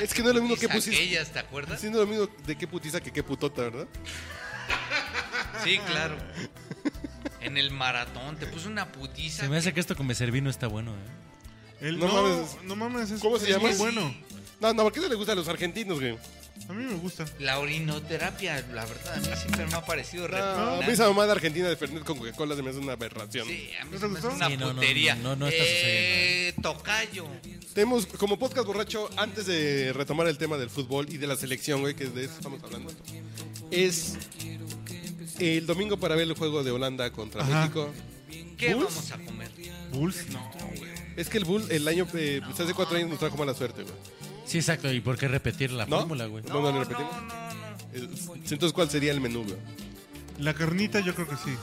S1: Es que no es lo mismo que
S3: Ah, Putiza
S1: pusiste.
S3: aquellas, ¿te acuerdas?
S1: Sí, no es lo mismo de qué putiza que qué putota, ¿verdad?
S3: Sí, claro. En el maratón te puse una putiza.
S4: Se me hace que esto con Becervino está bueno, ¿eh?
S2: El-
S1: No
S2: no,
S1: mames.
S2: no mames, es,
S1: ¿Cómo se
S2: es
S1: llama?
S3: Pues
S2: muy bueno.
S1: No, no, porque no le gusta a los argentinos, güey.
S2: A mí me gusta.
S3: La orinoterapia, la verdad, a mí siempre me ha parecido
S1: No,
S3: repugnante.
S1: esa mamada argentina de Fernet con Coca-Cola se me hace una aberración.
S3: Sí, a mí
S2: ¿No te
S3: se me hace
S2: gustó?
S3: una
S4: Sí, no, no,
S3: putería.
S4: no, no, no está sucediendo.
S3: Eh, tocayo.
S1: Tenemos como podcast borracho, antes de retomar el tema del fútbol y de la selección, güey, que de eso estamos hablando. Es el domingo para ver el juego de Holanda contra
S2: Ajá.
S1: México.
S3: ¿Qué
S1: ¿Bulls?
S3: vamos a comer?
S2: Bulls, no.
S1: Es que el Bull el año, eh, pues, hace cuatro años nos trajo mala suerte, güey.
S4: Sí, exacto. ¿Y por qué repetir la
S1: ¿No?
S4: fórmula, güey?
S1: No, no, lo repetimos.
S3: no, no, no.
S1: Es- Entonces, ¿cuál sería el menú, güey?
S2: La carnita yo creo que sí.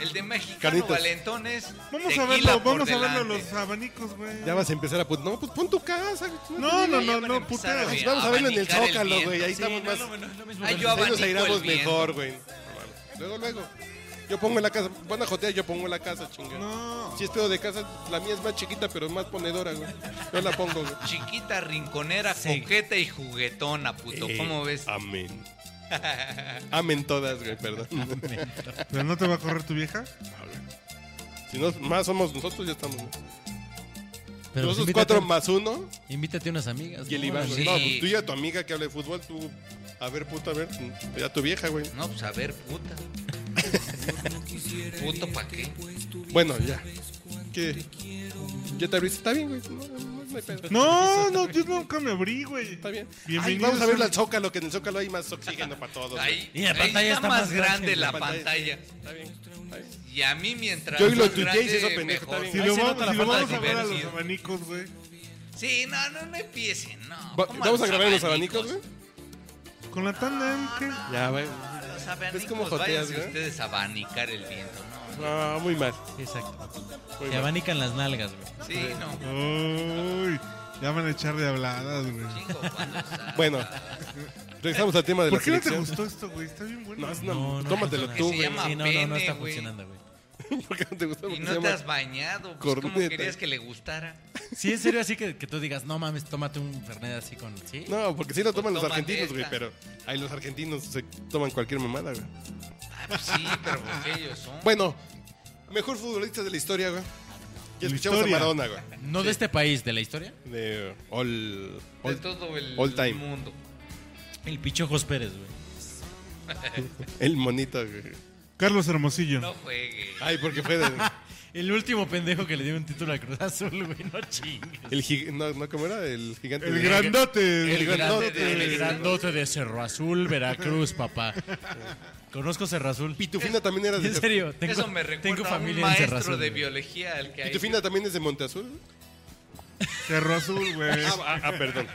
S3: El de mexicano
S1: Carnitas.
S3: Valentones.
S2: Vamos
S3: tequila
S2: a verlo,
S3: por
S2: vamos a verlo los
S3: delante.
S2: abanicos, güey.
S1: Ya vas a empezar a put... No, pues pon tu casa, güey. Pues
S2: No, no,
S3: Ya
S2: no,
S3: van a
S2: no,
S3: empezar
S2: puteas.
S3: a ver-
S1: Vamos a verlo en el
S3: abanicar
S1: Zócalo,
S3: viento.
S1: güey. Ahí estamos más...
S3: Ay, yo
S1: Ahí nos
S3: abanico
S1: airamos
S3: el viento.
S1: mejor, güey. Luego, luego. Yo pongo la casa. Van a jotear, yo pongo la casa, chingada.
S2: No.
S1: Si es pedo de casa, la mía es más chiquita, pero es más ponedora, güey. Yo la pongo, güey.
S3: Chiquita, rinconera, coqueta y juguetona, puto. ¿Cómo
S1: Ah,
S3: ves?
S1: Amén. Amén todas, güey, perdón.
S2: Pero no te va a correr tu vieja.
S1: si no, más somos nosotros, ya estamos. güey.
S4: Pero
S1: nosotros
S4: pues, invítate-
S1: cuatro más uno
S4: Invítate unas amigas.
S1: y el
S4: ¿no?
S1: Iván. güey.
S3: sí.
S1: No, pues tú y a tu amiga que habla de fútbol, tú. A ver, puta, a ver. Ya tu vieja, güey.
S3: No, pues a ver, puta. Puto, ¿pa' qué?
S1: Bueno, ya. ¿Qué? ¿Ya te abriste? Está bien, güey. No, no, no hay pedo.
S2: No, no, yo nunca me abrí, güey.
S1: Está bien. Ay,
S2: Bienvenidos
S1: vamos a verlo
S2: a-
S1: al Zócalo, que en el Zócalo hay más oxígeno para todos. güey.
S3: Ahí,
S4: Y la
S3: ahí
S4: pantalla
S3: está,
S4: está
S3: más
S4: más
S3: grande la
S1: La
S3: pantalla.
S1: Está bien. Está bien.
S3: Y a mí mientras.
S1: Yo hoy lo
S3: más
S1: tuiteé y
S3: grande,
S1: se hizo pendejo,
S3: mejor.
S1: está
S2: Si
S1: bien.
S2: lo
S1: Ahí se
S2: vamos,
S1: nota la
S2: si lo
S1: falta de
S2: vamos a ver a los
S3: diversión.
S2: abanicos, güey.
S3: Sí, no, no, no empiecen, no.
S1: Va-
S3: ¿Cómo
S1: ¿Vamos a grabar en los abanicos, güey?
S2: Con la tandem, ¿qué?
S1: Ya, güey.
S3: Los abanicos,
S1: como joteas,
S3: váyanse
S1: güey.
S3: ustedes a abanicar el viento, ¿no?
S1: No, muy mal.
S4: Exacto.
S1: Muy
S4: Te
S1: mal.
S4: abanican las nalgas, güey.
S3: Sí, no.
S2: Uy, ya van a echar de habladas, güey.
S3: Chingo, cuando salga.
S1: Bueno, regresamos al tema de
S2: ¿Por
S1: la
S2: qué no te
S1: selección.
S2: gustó esto, güey? Está bien bueno.
S1: No, es una-
S4: No, no
S1: tómatelo
S4: funciona.
S1: tú,
S3: Que se
S1: güey.
S3: llama
S4: Sí, no, no, no
S3: pene,
S4: está
S3: güey.
S4: funcionando, güey.
S1: ¿Por qué no te gustó?
S3: Y
S1: Porque
S3: no
S1: se
S3: te
S1: llama-
S3: has bañado. Pues, ¿Cómo
S1: corneta.
S3: querías que le gustara?
S4: Sí, en serio, así que, que tú digas, no mames, tómate un Fernet así con. Sí.
S1: No, porque sí lo toman los
S3: Pues tómate
S1: argentinos, güey,
S3: esta.
S1: pero ahí los argentinos se toman cualquier mamada, güey.
S3: Ah, pues sí, pero porque ellos son.
S1: Bueno, mejor futbolista de la historia, güey. Y
S2: La
S1: escuchamos
S2: historia.
S1: a Maradona, güey.
S4: No de este país, de la historia.
S1: De all,
S3: de
S1: all-
S3: todo el
S1: all time.
S3: mundo.
S4: El Pichojos Pérez, güey.
S1: el monito, güey.
S2: Carlos Hermosillo.
S3: No juegue.
S1: Ay, porque fue de-
S4: El último pendejo que le dio un título a Cruz Azul, güey. No chingues.
S1: el gig- no, no, ¿cómo era? El gigante.
S2: El
S1: de-
S2: grandote.
S1: El grandote.
S3: de-
S4: El grandote de Cerro Azul, Veracruz, papá. Conozco Cerro Azul.
S1: Pitufina también era de
S4: En serio, tengo,
S3: Eso me recuerda
S4: tengo
S3: a un
S4: familia en Cerro
S3: maestro
S4: Azul.
S3: de
S4: güey.
S3: biología al que hay.
S1: Pitufina también es de Monteazul.
S2: Cerro Azul, güey.
S1: Ah, ah, ah, perdón.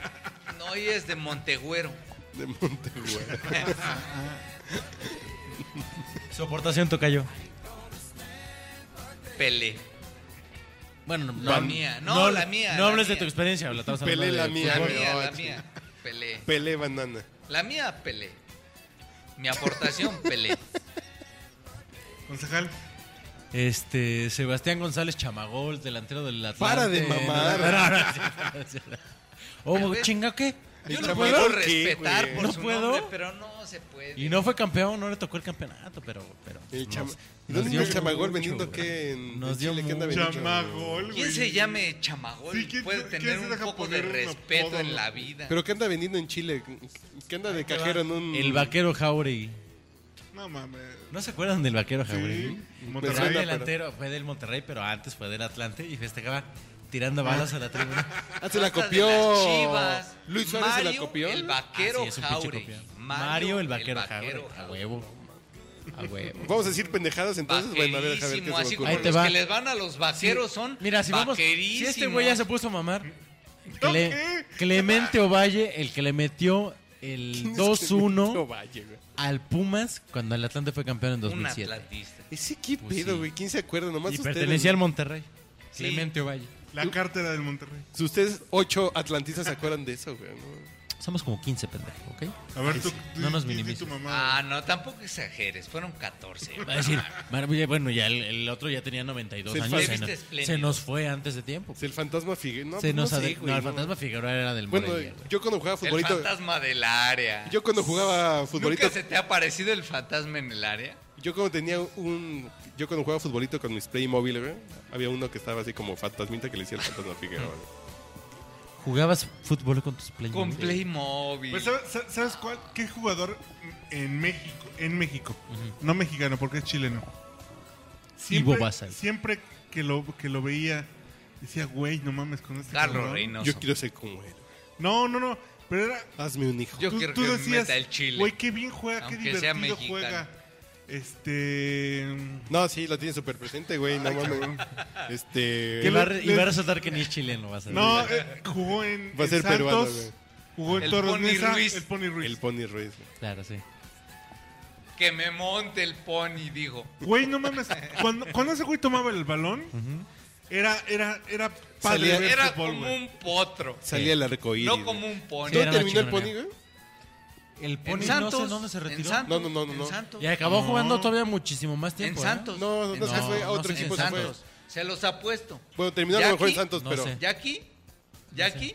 S3: No, y es de Montegüero.
S1: De Montegüey.
S4: Su aportación tocayo.
S3: Pele.
S4: Bueno, no,
S3: La mía. No, la mía,
S4: No
S3: la
S4: hables
S3: mía.
S4: de tu experiencia, habla. estamos hablando
S1: Pelé la
S4: de-
S1: mía,
S3: La
S1: güey.
S3: mía, la
S1: Ay,
S3: mía. Pele.
S1: Pelé banana.
S3: La mía, Pele. Mi aportación, Pele.
S2: Concejal.
S4: Este, Sebastián González Chamagol, delantero del Atlante.
S1: Para de mamar.
S4: No, no, no, sí, no, sí.
S3: Pero
S4: Oh,
S3: ves-
S4: chinga, ¿qué?
S3: Yo
S1: El
S3: lo puedo
S1: chamacón, ¿qué,
S3: respetar
S1: güey?
S3: por
S4: ¿No
S3: su
S4: puedo?
S3: nombre, pero no se puede.
S4: Y no fue campeón, no le tocó el campeonato, pero... pero
S1: El chama-
S4: nos-
S1: ¿Y
S4: nos
S1: dónde
S4: dio
S1: vive el chamagol
S4: mucho,
S1: vendiendo
S4: güey.
S1: qué en
S4: Nos
S1: en
S4: dio
S1: Chile? ¿Qué anda
S4: mucho.
S1: vendiendo?
S2: Chamagol, güey.
S3: ¿Quién se llame Chamagol?
S2: Sí, ¿quién-
S3: puede
S2: quién
S3: tener
S2: se
S3: un
S2: deja
S3: poco de
S2: poner un
S3: respeto
S2: apodo,
S3: en
S2: no?
S3: la vida.
S1: ¿Pero qué anda vendiendo en Chile? ¿Qué anda de cajero en un...?
S4: El vaquero Jauregui.
S2: No mames.
S4: ¿No se acuerdan del vaquero Jauregui?
S2: Sí.
S1: Me
S4: Era un
S1: suena,
S2: Monterrey.
S4: delantero, fue del Monterrey, pero antes fue del Atlante y festejaba tirando balas a la tribuna.
S1: Ah, se la
S3: Hasta de
S1: copió.
S3: las Chivas.
S1: Luis Suárez
S3: Mario,
S1: se la copió.
S3: El vaquero
S4: Ah, sí, es un pinche
S3: Jauregui.
S4: copia. Mario, el vaquero Jauregui. A huevo. A huevo.
S1: Vamos a decir pendejadas entonces. Bueno, a ver, déjame ver
S3: Vaquerísimo,
S1: qué
S3: así
S1: se
S3: como
S1: me
S4: Ahí
S1: ocurre.
S4: te
S3: los
S4: va.
S3: que les van a los vaqueros son
S4: Mira, si vamos. Si este güey ya se
S3: vaquerísimos.
S4: puso a mamar.
S2: ¿Yo
S4: Cle-
S2: qué?
S4: Clemente Ovalle, el que le metió el 2-1
S1: Valle, güey.
S4: al Pumas cuando el Atlante fue campeón en
S3: Un
S4: 2007.
S3: atlantista.
S1: Ese qué
S4: Pues
S1: pedo,
S4: sí.
S1: güey. ¿Quién se acuerda? Nomás
S4: Y
S1: Pues ustedes.
S4: pertenecía al Monterrey.
S3: Sí.
S4: Clemente Ovalle.
S2: La cártera del Monterrey.
S1: Si ustedes ocho atlantistas se acuerdan de eso, güey. ¿no?
S4: Somos como 15, pendejo, ¿ok?
S2: A ver, tú. tú-
S4: No nos
S2: tú- tú-
S4: minimices.
S2: tu mamá.
S3: Ah, no, tampoco exageres. Fueron 14.
S4: Va a decir, maravilla, bueno, ya el, el otro ya tenía 92
S1: Se
S4: años.
S3: fue.
S4: Se, nos-
S3: Espléndido.
S4: se nos fue antes de tiempo.
S1: Si el fantasma Figueroa. No, pues
S4: se
S1: no
S4: nos
S1: sé,
S4: ade-
S1: güey,
S4: no, el
S1: no.
S4: fantasma Figueroa era del
S1: Bueno,
S4: Morelia. güey.
S1: yo cuando jugaba
S3: El
S1: futbolito.
S3: fantasma del área.
S1: Yo cuando jugaba futbolito.
S3: ¿Nunca se te ha parecido el fantasma en el área?
S1: Yo cuando tenía un. Yo cuando jugaba futbolito con mis Playmobil, güey. Había uno que estaba así como fantasmita que le decía el fantasma Figueroa. güey.
S4: ¿Jugabas fútbol con tus play?
S3: Con Playmobil.
S2: Pues, ¿sabes- ¿sabes, sabes cuál? ¿Qué jugador en México? En México. No mexicano, porque es chileno.
S4: Ivo Basal.
S2: Siempre que lo, que lo veía, decía, güey, no mames con este
S3: Carlos
S2: cabrón".
S3: Reynoso.
S1: Yo quiero ser como él.
S2: No, no, no. Pero era.
S1: Hazme un hijo.
S3: Yo quiero que me meta el chile.
S2: Güey, qué bien juega, qué
S3: Aunque sea
S2: divertido
S3: mexicano.
S2: juega. Este.
S1: No, sí, lo tiene súper presente, güey. No mames. Este.
S4: Y
S2: ¿Qué
S4: va, a
S2: le-
S4: re- y va a
S2: le-
S4: resaltar que ni es chileno, vas a ver.
S2: No, eh, jugó en.
S1: Va a
S2: en
S1: ser peruano,
S2: Santos,
S1: güey.
S2: Jugó en
S3: El
S2: Toros
S3: Pony
S2: Neza,
S3: Ruiz.
S2: El Pony Ruiz.
S1: El Pony Ruiz.
S4: Claro, sí.
S3: Que me monte el pony, dijo.
S2: Güey, no mames. Cuando, cuando ese güey tomaba el balón, era, era, era padre
S1: Salía-
S2: ver
S3: Era
S2: fútbol,
S3: como
S2: güey.
S3: un potro.
S1: Salía el arco iris.
S3: No como un pony.
S4: Sí, era
S1: ¿Dónde
S4: una
S1: terminó el Pony,
S4: chingonería.
S1: güey?
S4: El
S3: En
S4: Pony no
S3: Santos.
S4: sé en dónde se
S3: en
S4: retiró.
S3: Santos,
S1: No, no, no, no,
S3: en
S1: no.
S3: Santos.
S4: Y acabó
S2: No.
S4: jugando todavía muchísimo más
S3: En
S4: tiempo. ¿eh?
S3: Santos.
S1: No, no,
S3: En
S1: se fue a
S4: no,
S1: otro
S4: no sé,
S1: equipo.
S4: en
S1: Se fue.
S3: Santos. Se los apuesto.
S1: Bueno, terminó a lo
S3: Ya
S1: mejor en
S3: aquí,
S1: Santos,
S4: no
S1: pero.
S4: sé.
S3: Jackie, Jackie,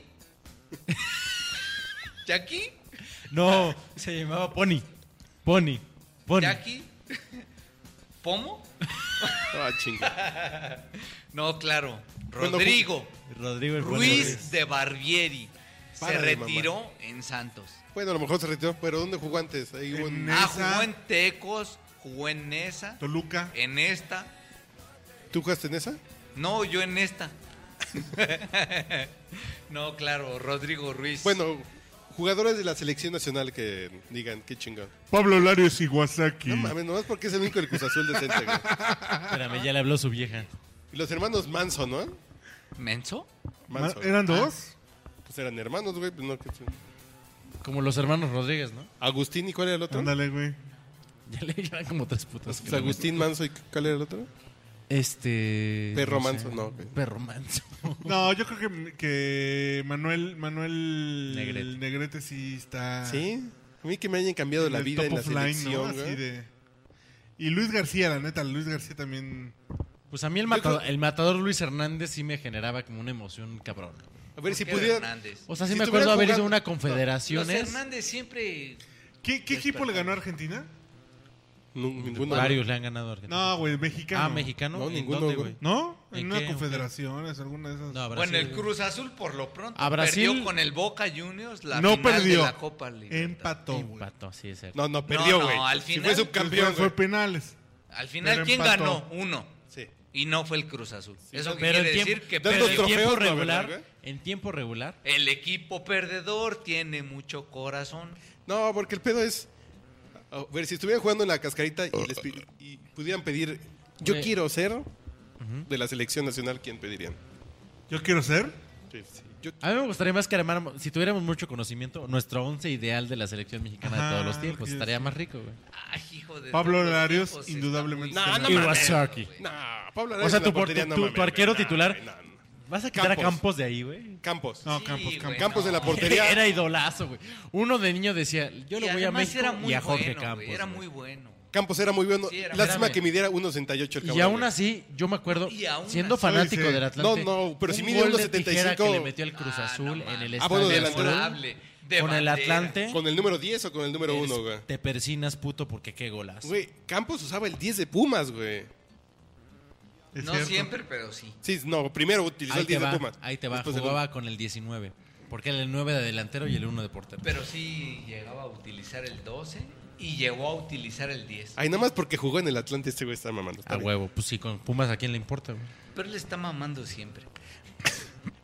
S3: Jackie,
S4: No, se llamaba Pony. Pony. Pony.
S3: Jackie, Pomo.
S1: Ah, chinga.
S3: No, claro.
S1: Bueno,
S3: Rodrigo
S4: Rodrigo el Pony
S3: Ruiz de Barbieri se
S1: Para de
S3: retiró en Santos.
S1: Bueno, a lo mejor se retiró, pero ¿dónde jugó antes? Ahí hubo un-
S2: En-
S3: Ah,
S2: Esa-
S3: jugó en Tecos, jugó en esa,
S2: Toluca.
S3: en esta.
S1: ¿Tú jugaste en esa?
S3: No, yo en esta. no, claro, Rodrigo Ruiz.
S1: Bueno, jugadores de la selección nacional que digan, qué chingón.
S2: Pablo Larios Iwasaki.
S1: No mames, nomás porque es el único del Cruz Azul decente, güey.
S4: Espérame, ya le habló su vieja.
S1: Y los hermanos Manso, ¿no?
S3: ¿Menso?
S2: Ma-
S1: Manso.
S2: ¿Eran dos?
S1: Pues eran hermanos, güey. pues no, que-
S4: Como los hermanos Rodríguez, ¿no?
S1: Agustín, ¿y cuál era el otro?
S2: Ándale, güey.
S4: Ya le llevan como tres putas.
S1: Pues Agustín Manso, ¿y cuál era el otro?
S4: Este.
S1: Perro
S4: sé.
S1: manso, no, güey.
S4: Perro manso.
S2: No, yo creo que, que Manuel, Manuel
S3: Negrete.
S2: Negrete. sí está.
S1: Sí. A mí que me hayan cambiado la
S2: Ah. el
S1: vida en la
S2: top of line, ¿no?
S1: selección,
S2: Así
S1: güey.
S2: de- Y Luis García, la neta, Luis García también.
S4: Pues a mí el, matado- el matador Luis Hernández sí me generaba como una emoción cabrón.
S1: A ver si
S3: ¿Qué era
S1: pudiera.
S3: Hernández.
S4: O sea, sí
S1: Si
S4: me
S1: estuvieran
S4: acuerdo haber ido a
S1: jugando-
S4: una
S3: Los
S4: confederación.
S3: Hernández siempre.
S2: ¿Qué, qué equipo
S3: Despertar.
S2: le ganó a Argentina?
S1: Nu- Ninguno.
S4: Varios le han ganado a Argentina.
S2: No, güey, mexicano.
S4: ah, mexicano.
S1: No,
S4: ¿En
S1: ninguno,
S4: dónde,
S1: güey.
S2: ¿No?
S4: ¿En
S2: En una
S4: qué?
S2: confederación, es alguna de esas.
S4: No, a Brasil.
S3: Bueno, el Cruz Azul por lo pronto
S4: A Brasil-
S3: perdió con el Boca Juniors la
S2: No
S3: final
S2: perdió.
S3: de la Copa Libertadores.
S2: Empató, güey.
S4: Empató, sí, es cierto.
S1: No, no, perdió,
S3: No, no,
S1: güey.
S3: al
S1: Si
S3: final-
S1: fue subcampeón,
S2: Fue
S1: güey.
S2: penales.
S3: Al final,
S2: Pero
S3: ¿quién
S2: empató.
S3: ganó? Uno.
S1: Sí.
S3: Y no fue el Cruz Azul. Eso que
S4: Pero
S3: quiere
S4: en
S3: decir
S4: tiempo,
S3: que
S4: pero en
S1: Dando
S3: perdió.
S4: tiempo
S1: trofeos, la
S4: regular,
S1: verdad, güey.
S4: en tiempo regular,
S3: el equipo perdedor tiene mucho corazón.
S1: No, porque el pedo es. A ver, si estuvieran jugando en la cascarita y, les pi- y pudieran pedir, yo
S4: Güey.
S1: quiero ser de la selección nacional, ¿quién pedirían?
S2: Yo quiero ser.
S1: Sí, sí. Yo-
S4: a mí me gustaría más que armáramos, si tuviéramos mucho conocimiento, nuestro once ideal de la selección mexicana
S2: Ajá,
S4: de todos los tiempos.
S2: sí,
S4: Estaría
S2: sí.
S4: más rico, güey.
S3: Ay, hijo de
S2: Pablo
S3: todos los
S2: Larios,
S3: tiempos, está
S2: indudablemente.
S3: muy
S1: No, no
S3: cabrón,
S1: mames.
S4: Iwasaki.
S3: güey.
S1: No, Pablo Arango
S4: O sea,
S1: en
S4: tu
S1: la portería,
S4: porte-
S1: no
S4: tu
S1: mames,
S4: arquero
S1: güey, no,
S4: titular.
S1: güey, no, no.
S4: ¿Vas a quitar a
S1: Campos.
S4: Campos de ahí, güey?
S1: Campos.
S2: No,
S3: Sí,
S2: Campos,
S3: güey,
S2: Campos.
S1: Campos de la portería.
S4: Era idolazo, güey. Uno de niño decía, yo
S3: Y
S4: le voy a
S3: además
S4: México
S3: era muy
S4: y a Jorge
S3: bueno,
S4: Campos.
S3: güey, Era
S4: güey.
S3: muy bueno.
S1: Campos era muy bueno.
S3: Sí, era-
S1: Lástima
S4: espérame.
S1: que midiera 1.68 el cabrón.
S4: Y aún
S1: güey.
S4: así, yo me acuerdo,
S3: Y aún
S4: siendo
S3: así.
S4: fanático
S2: Sí, sí.
S4: del Atlante,
S1: No, no, pero si
S4: un
S1: mide
S4: gol de
S1: 1.75.
S4: tijera que le metió el Cruz
S3: Ah, no
S4: Azul en
S3: mames.
S4: el
S1: Ah, bueno,
S4: estadio de
S1: delantero.
S4: Akron,
S3: Memorable, de
S4: con el
S3: bandera.
S4: Atlante,
S1: ¿Con el número 10 o con el número 1, güey?
S4: te persinas, puto, porque qué golazo.
S1: Güey, Campos usaba el 10 de Pumas, güey.
S2: Es
S3: No
S2: cierto.
S3: siempre, pero sí.
S1: Sí, no, primero utilizó
S4: ahí,
S1: el
S4: te
S1: 10 de
S4: va,
S1: Pumas.
S4: ahí te va,
S1: Después del-
S4: jugaba con el 19, porque era el 9 de delantero y el 1 de portero.
S3: Pero sí llegaba a utilizar el 12 y llegó a utilizar el 10.
S1: Ay, nada más porque jugó en el Atlante este güey está mamando. está
S4: A
S1: bien.
S4: huevo, pues sí, con Pumas a quién le importa, güey.
S3: Pero le está mamando siempre.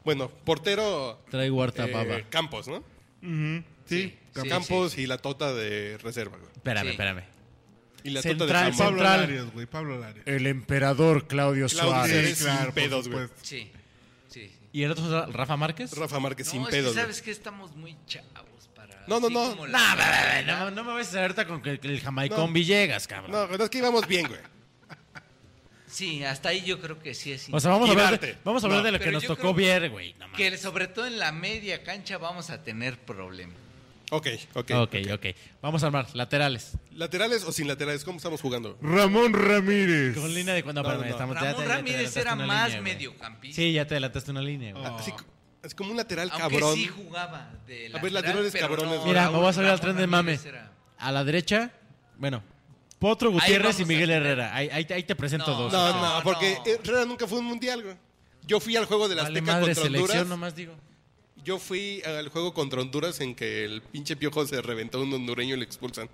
S1: Bueno, portero
S4: Trae Huerta
S1: eh,
S4: Baba.
S1: Campos, ¿no?
S2: Ujú, Sí.
S3: Sí,
S1: Campos y la tota de reserva, güey.
S4: Espérame,
S3: sí.
S4: espérame.
S1: Y la
S4: Central,
S1: tota de Campos.
S2: Pablo
S4: Central.
S2: Larios, güey. Pablo Larios.
S7: El emperador Claudio
S1: Claudio
S7: Suárez.
S1: Suárez. Eh, sin pedos, güey.
S2: supuesto.
S3: Sí, sí. sí.
S4: ¿Y el otro era Rafa Márquez?
S1: Rafa Márquez sin
S3: no, es
S1: pedos.
S3: que
S1: güey.
S3: sabes que estamos muy chavos para...
S1: No, no,
S3: así
S1: no.
S3: como
S4: No,
S3: la-
S4: no, no, no, no me vas a hacer ahorita con que el, el Jamaicón
S1: No.
S4: Villegas, cabrón.
S1: No, no, es que íbamos bien, güey.
S3: Sí, hasta ahí yo creo que sí es...
S4: O sea, vamos a hablar
S1: Quirarte.
S4: de, vamos a hablar
S1: No.
S4: de lo que
S3: Pero
S4: nos
S3: yo creo
S4: tocó ver, güey. No mames.
S3: Que sobre todo en la media cancha vamos a tener problemas.
S1: Ok, ok.
S4: ok, ok. Vamos a armar laterales.
S1: ¿Laterales o sin laterales? ¿Cómo estamos jugando? güey?
S2: Ramón Ramírez.
S4: Con línea de cuando
S1: No, no.
S4: estamos ya te- ya
S3: Ramón
S4: te
S3: Ramírez
S4: adelantaste
S3: era
S4: una
S3: más
S4: línea, güey.
S3: mediocampista.
S4: Sí, ya te adelantaste una línea, güey.
S1: Ah, Así, es como un lateral
S3: Aunque
S1: cabrón.
S3: sí jugaba de
S1: A ver,
S3: lateral,
S1: laterales
S3: pero
S1: cabrones, güey.
S4: Mira,
S3: Raúl
S4: me voy a salir al
S3: Ramón
S4: tren de mame.
S3: Ramírez era-
S4: A la derecha, bueno, Potro
S3: vamos
S4: Gutiérrez y
S3: a
S4: Miguel
S3: tener-
S4: Herrera. Ahí, ahí te- ahí te presento
S3: No,
S4: dos.
S1: No,
S4: O sea,
S1: no,
S3: No,
S1: porque
S3: Ah, no.
S1: Herrera nunca fue un mundial, güey. Yo fui al juego de las
S4: Vale
S1: Azteca
S4: madre,
S1: contra Honduras.
S4: selección nomás digo.
S1: Yo fui al juego contra Honduras en que el pinche piojo se reventó a un hondureño y le expulsan.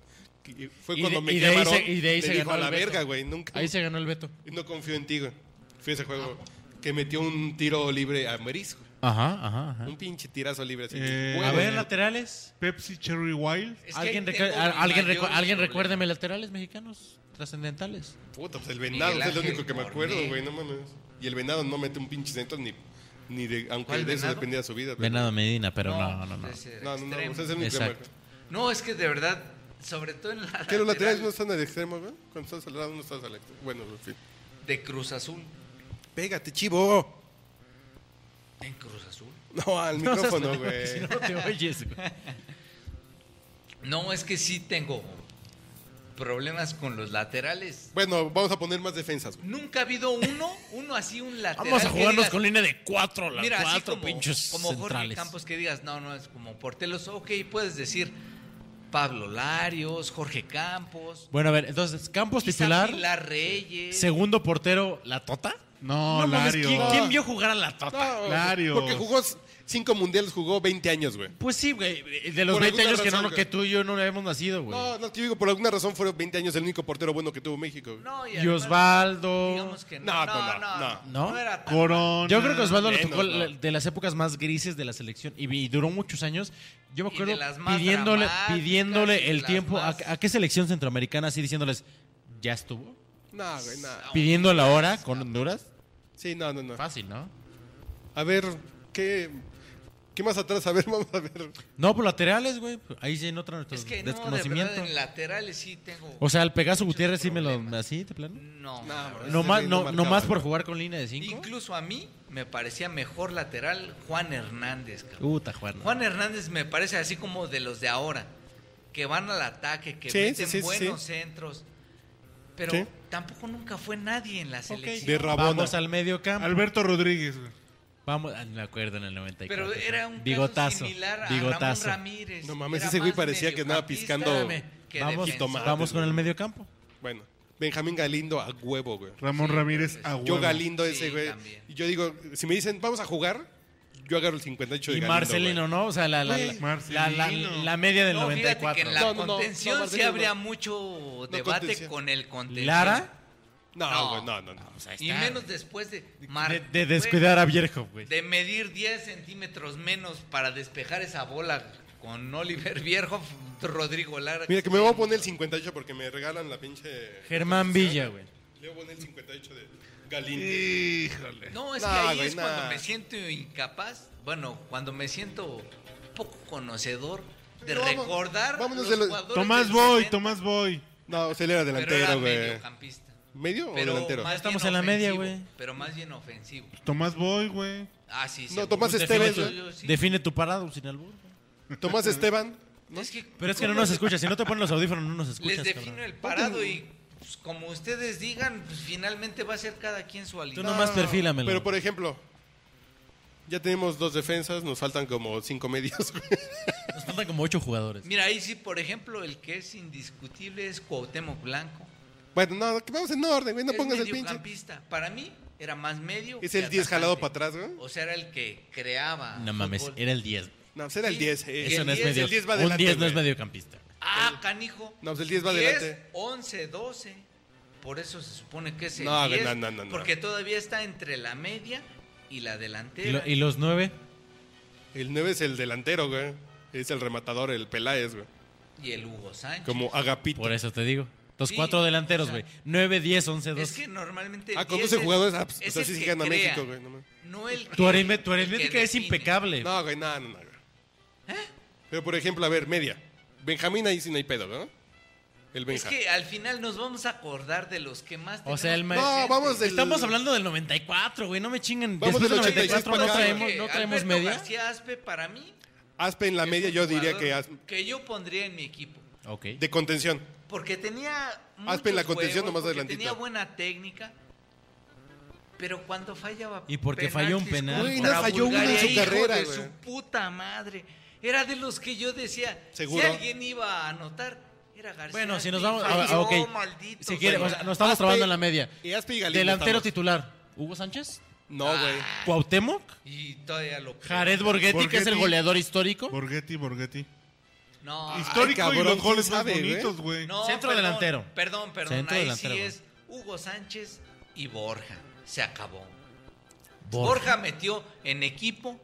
S1: Y Fue
S4: Y
S1: cuando
S4: de-
S1: me
S4: y de ahí
S1: llamaron.
S4: se- y de ahí
S1: le
S4: se
S1: dijo
S4: ganó
S1: a la
S4: el veto".
S1: verga, güey. Nunca.
S4: Ahí se ganó el veto.
S1: No confío en ti, güey. Fui a ese juego que metió un tiro libre a Merisco.
S4: Ajá, ajá, ajá.
S1: Un pinche tirazo libre así.
S2: Eh,
S1: Güey,
S4: Ah. A ver, laterales.
S2: Pepsi Cherry Wild.
S3: Es que
S4: ¿Alguien,
S3: ahí
S4: recu-
S3: tengo mi
S4: a- alguien,
S3: mayor
S4: recu- alguien
S3: problema.
S4: recuérdeme laterales mexicanos trascendentales.
S1: puta, pues el venado
S3: Miguel
S1: es el
S3: Ángel
S1: único que me acuerdo,
S3: Cornet.
S1: güey. No mames. Y el venado no mete un pinche centro ni, ni de, aunque
S3: ¿Cuál
S1: de eso
S3: venado?
S1: dependía su vida. güey.
S4: Venado Medina, pero no, no, no.
S3: pues, ese era
S1: No, no, no.
S3: extremo.
S1: o sea, es el único que me
S4: Exacto.
S1: acuerdo.
S3: No, es que de verdad, sobre todo en la
S1: Que los laterales
S3: lateral
S1: no están al extremo, güey. Cuando estás al lado no estás al extremo. Bueno, en fin.
S3: de Cruz Azul.
S1: Pégate, chivo.
S3: En Cruz Azul.
S1: No, al
S4: No seas
S1: micrófono,
S4: pendejo,
S1: güey.
S4: Si no, no te oyes, güey.
S3: No, es que sí tengo problemas con los laterales.
S1: Bueno, vamos a poner más defensas, güey.
S3: Nunca ha habido uno, uno así un lateral.
S4: Vamos a
S3: que
S4: jugarnos
S3: digas,
S4: con línea de cuatro, la
S3: Mira, así
S4: cuatro
S3: como,
S4: pinches
S3: como Jorge
S4: centrales.
S3: Campos que digas, no, no, es como portelos. Ok, puedes decir Pablo Larios, Jorge Campos,
S4: Bueno, a ver, entonces, Campos
S3: quizá
S4: titular,
S3: Pilar Reyes.
S4: segundo portero, la Tota.
S2: No,
S4: No mames,
S2: Lario.
S4: ¿quién, quién vio jugar a la Tota?
S1: No,
S2: Larios.
S1: Porque jugó cinco mundiales, jugó 20 años, güey.
S4: Pues sí, güey. De los
S1: Por
S4: 20
S1: alguna
S4: años que,
S1: razón,
S4: no,
S1: güey.
S4: que tú y yo no habíamos nacido, güey.
S1: No, no, te digo, por alguna razón fueron 20 años el único portero bueno que tuvo México. güey.
S3: No,
S4: y Osvaldo.
S3: Digamos que
S1: No,
S3: no.
S1: no,
S3: No,
S1: no,
S3: no.
S4: no.
S3: No era tan-
S2: Corona.
S4: Yo creo que Osvaldo le
S1: Menos,
S4: tocó la-
S1: ¿no?
S4: de las épocas más grises de la selección y, y duró muchos años. Yo me
S3: Y
S4: acuerdo
S3: de las más
S4: pidiéndole,
S3: dramáticas y
S4: pidiéndole
S3: de
S4: el
S3: las
S4: tiempo a-
S3: más-
S4: a, qué selección centroamericana así diciéndoles, ¿ya estuvo?
S1: No, güey, no.
S4: Pidiendo la hora con Honduras.
S1: Sí, no, no, no.
S4: Fácil, ¿no?
S1: A ver, ¿qué, qué más atrás? A ver, vamos a ver.
S4: No, por laterales, güey. Ahí sí en otra nuestro
S3: Es que no, de
S4: desconocimiento.
S3: verdad, en laterales sí tengo...
S4: O sea, el Pegaso Gutiérrez sí me lo...
S3: problemas.
S4: ¿Así, de plano?
S1: No,
S3: No,
S1: güey,
S4: No
S1: ese
S4: más,
S1: güey
S4: no, no
S1: marcaba,
S4: más por
S1: güey.
S4: jugar con línea de 5.
S3: Incluso a mí me parecía mejor lateral Juan Hernández. cabrón.
S4: Puta, Juan.
S3: Juan Hernández me parece así como de los de ahora, que van al ataque, que
S1: Sí,
S3: meten
S1: sí, sí,
S3: buenos
S1: sí.
S3: centros. Pero
S1: Sí.
S3: tampoco nunca fue nadie en la selección.
S1: De Rabona.
S4: Vamos al medio campo.
S2: Alberto Rodríguez, güey.
S4: Vamos, ah, no me acuerdo en el 94.
S3: Pero era un
S4: bigotazo,
S3: caso similar a
S4: bigotazo.
S3: Ramón Ramírez.
S1: No mames,
S3: Era
S1: ese güey
S3: más
S1: parecía que andaba
S3: mediocampista
S1: piscando
S3: que
S4: vamos,
S3: defensor.
S1: tomate.
S4: vamos con el medio campo.
S1: Bueno, Benjamín Galindo a huevo, güey.
S2: Ramón Ramírez a
S1: Yo
S2: huevo.
S1: Galindo ese,
S3: Sí,
S1: güey.
S3: también.
S1: Y yo digo, si me dicen, vamos a jugar, yo agarro el 58 de
S4: Y
S1: Galindo,
S4: Marcelino,
S1: güey.
S4: ¿no? O sea, la, la, la,
S2: Güey,
S4: la- la-
S2: Marcelino.
S4: la media del
S3: No, fíjate que
S4: 94.
S3: en la
S1: No, no, no, no,
S3: contención sí
S1: Marcelino no.
S3: habría mucho debate
S1: contención.
S3: con el contención.
S4: Lara,
S1: No,
S3: No.
S1: güey, no, no, no.
S3: Y menos después de...
S4: de,
S3: mar-
S4: de descuidar a Vierjo, güey.
S3: De medir 10 centímetros menos para despejar esa bola con Oliver Viejo, Rodrigo Lara.
S1: Mira, que me voy a poner el 58 porque me regalan la pinche...
S4: Germán Villa, güey.
S1: Le voy a poner el 58 de Galindo.
S2: Híjole.
S3: No, es
S1: No,
S3: que ahí
S1: güey,
S3: es
S1: no.
S3: cuando me siento incapaz, bueno, cuando me siento poco conocedor de
S1: No, vamos-
S3: recordar
S1: vámonos
S3: los
S1: de lo-
S3: jugadores
S2: Tomás
S3: del
S2: Boy,
S3: 60,
S2: Tomás Boy.
S1: No, o sea, él era
S3: pero era
S1: delantero, güey.
S3: mediocampista.
S1: ¿Medio o
S3: Pero
S1: delantero?
S3: más
S4: Estamos
S3: bien
S4: en la media,
S3: ofensivo,
S4: güey.
S3: Pero más bien ofensivo.
S2: Tomás Boy, güey.
S3: Ah, sí,
S1: No,
S3: seguro.
S1: Tomás
S3: Yo-
S1: Esteves,
S3: yo-
S1: güey.
S3: yo sí.
S4: Define tu parado sin albur. güey.
S1: Tomás Esteban.
S3: Es que-
S4: Pero es que no nos escuchas. Si no te pones los audífonos, no nos escuchas.
S3: Les defino
S4: cabrón.
S3: el parado y pues, como ustedes digan, pues, finalmente va a ser cada quien su
S4: Tú
S3: alineación.
S4: nomás perfílamelo.
S1: Pero, por ejemplo, ya tenemos dos defensas, nos faltan como cinco medios, güey.
S4: Nos faltan como ocho jugadores.
S3: Mira, ahí sí, por ejemplo, el que es indiscutible es Cuauhtémoc Blanco.
S1: Bueno, no, que vamos en orden, güey. No
S3: Es
S1: pongas el pinche.
S3: mediocampista. Para mí era más medio.
S1: Es
S3: que
S1: el 10 jalado
S3: atacante.
S1: para atrás, güey.
S3: O sea, era el que creaba.
S4: No mames,
S3: fútbol.
S4: era el 10.
S1: No, pues era el 10. eh.
S4: Eso
S3: el
S4: no es
S3: 10,
S4: medio.
S1: el 10 va
S4: Un
S1: adelante,
S4: 10 no
S1: güey.
S4: es mediocampista.
S3: Ah, canijo.
S1: No, pues el 10 va
S3: 10,
S1: adelante.
S3: 11, 12. Por eso se supone que es el
S1: No,
S3: 10.
S1: no, no, no, no.
S3: Porque todavía está entre la media y la delantera.
S4: Y, lo- y los 9,
S1: El 9 es el delantero, güey. Es el rematador, el Peláez, güey.
S3: y el Hugo Sánchez.
S1: Como Agapito.
S4: por eso te digo. Los
S3: Sí,
S4: cuatro delanteros,
S3: o sea,
S4: güey. 9, 10, 11, 12.
S3: Es que normalmente.
S1: Ah,
S3: el
S1: con
S3: 10
S1: 12
S3: es-
S1: jugadores, ah, pues,
S3: es
S1: o sea,
S3: el
S1: sí
S3: que
S1: gana
S3: crea,
S1: México, güey, no mames.
S3: No el que-
S4: Tu, arime- tu
S3: el que
S4: aritmética es
S3: define.
S4: impecable.
S1: No, güey, no, no, no. güey.
S3: ¿Eh?
S1: Pero, por ejemplo, a ver, media. Benjamín ahí sí no hay pedo, ¿no? El
S3: Es
S1: Benja.
S3: que al final nos vamos a acordar de los que más.
S4: O sea, el
S3: tenemos
S4: ma-
S1: No, vamos del...
S4: Estamos hablando del 94, güey. No me chingan.
S1: Vamos
S4: Después
S1: del
S4: del
S1: 86
S4: 94
S1: para
S4: no
S1: acá.
S4: traemos,
S3: que
S4: no traemos
S3: Alberto
S4: media.
S3: García Aspe para mí.
S1: Aspe en la media,
S3: es un
S1: yo diría
S3: jugador
S1: que Aspe-
S3: Que yo pondría en mi equipo.
S4: Ok.
S1: de contención.
S3: Porque tenía.
S1: Aspe en la
S3: muchos
S1: contención nomás
S3: huevos, porque
S1: adelantito.
S3: Tenía buena técnica. Pero cuando fallaba.
S4: Y porque falló un penal.
S3: contra
S4: Güey,
S1: no falló uno en
S3: Bulgaria,
S1: su
S3: hijo
S1: carrera,
S3: de
S1: güey.
S3: su puta madre. Era de los que yo decía.
S1: Seguro.
S3: Si alguien iba a anotar, era García.
S4: Bueno, si
S3: Aspe,
S4: nos
S3: y
S4: vamos.
S3: falló,
S4: ah, ok.
S3: maldito
S4: Si quieres,
S3: sea.
S4: o sea, nos estamos
S1: Aspe-
S4: trabando en la media.
S1: Y Aspe y Galindo
S4: Delantero
S1: estamos.
S4: titular: Hugo Sánchez,
S1: No, güey.
S3: Ah.
S4: Cuauhtémoc,
S3: Y todavía lo.
S4: Jared Borghetti, que es el
S2: Borghetti.
S4: goleador histórico.
S2: Borghetti, Borghetti.
S3: No.
S2: Histórico
S1: cabrón,
S2: y los goles
S1: ¿quién
S2: más
S1: sabe, güey?
S2: bonitos, güey.
S3: No,
S4: Centro
S3: perdón,
S4: delantero.
S3: Perdón, perdón.
S4: Centro
S3: ahí
S4: delantero,
S3: sí
S4: güey.
S3: es Hugo Sánchez y Borja. Se acabó.
S4: Borja.
S3: Borja metió en equipo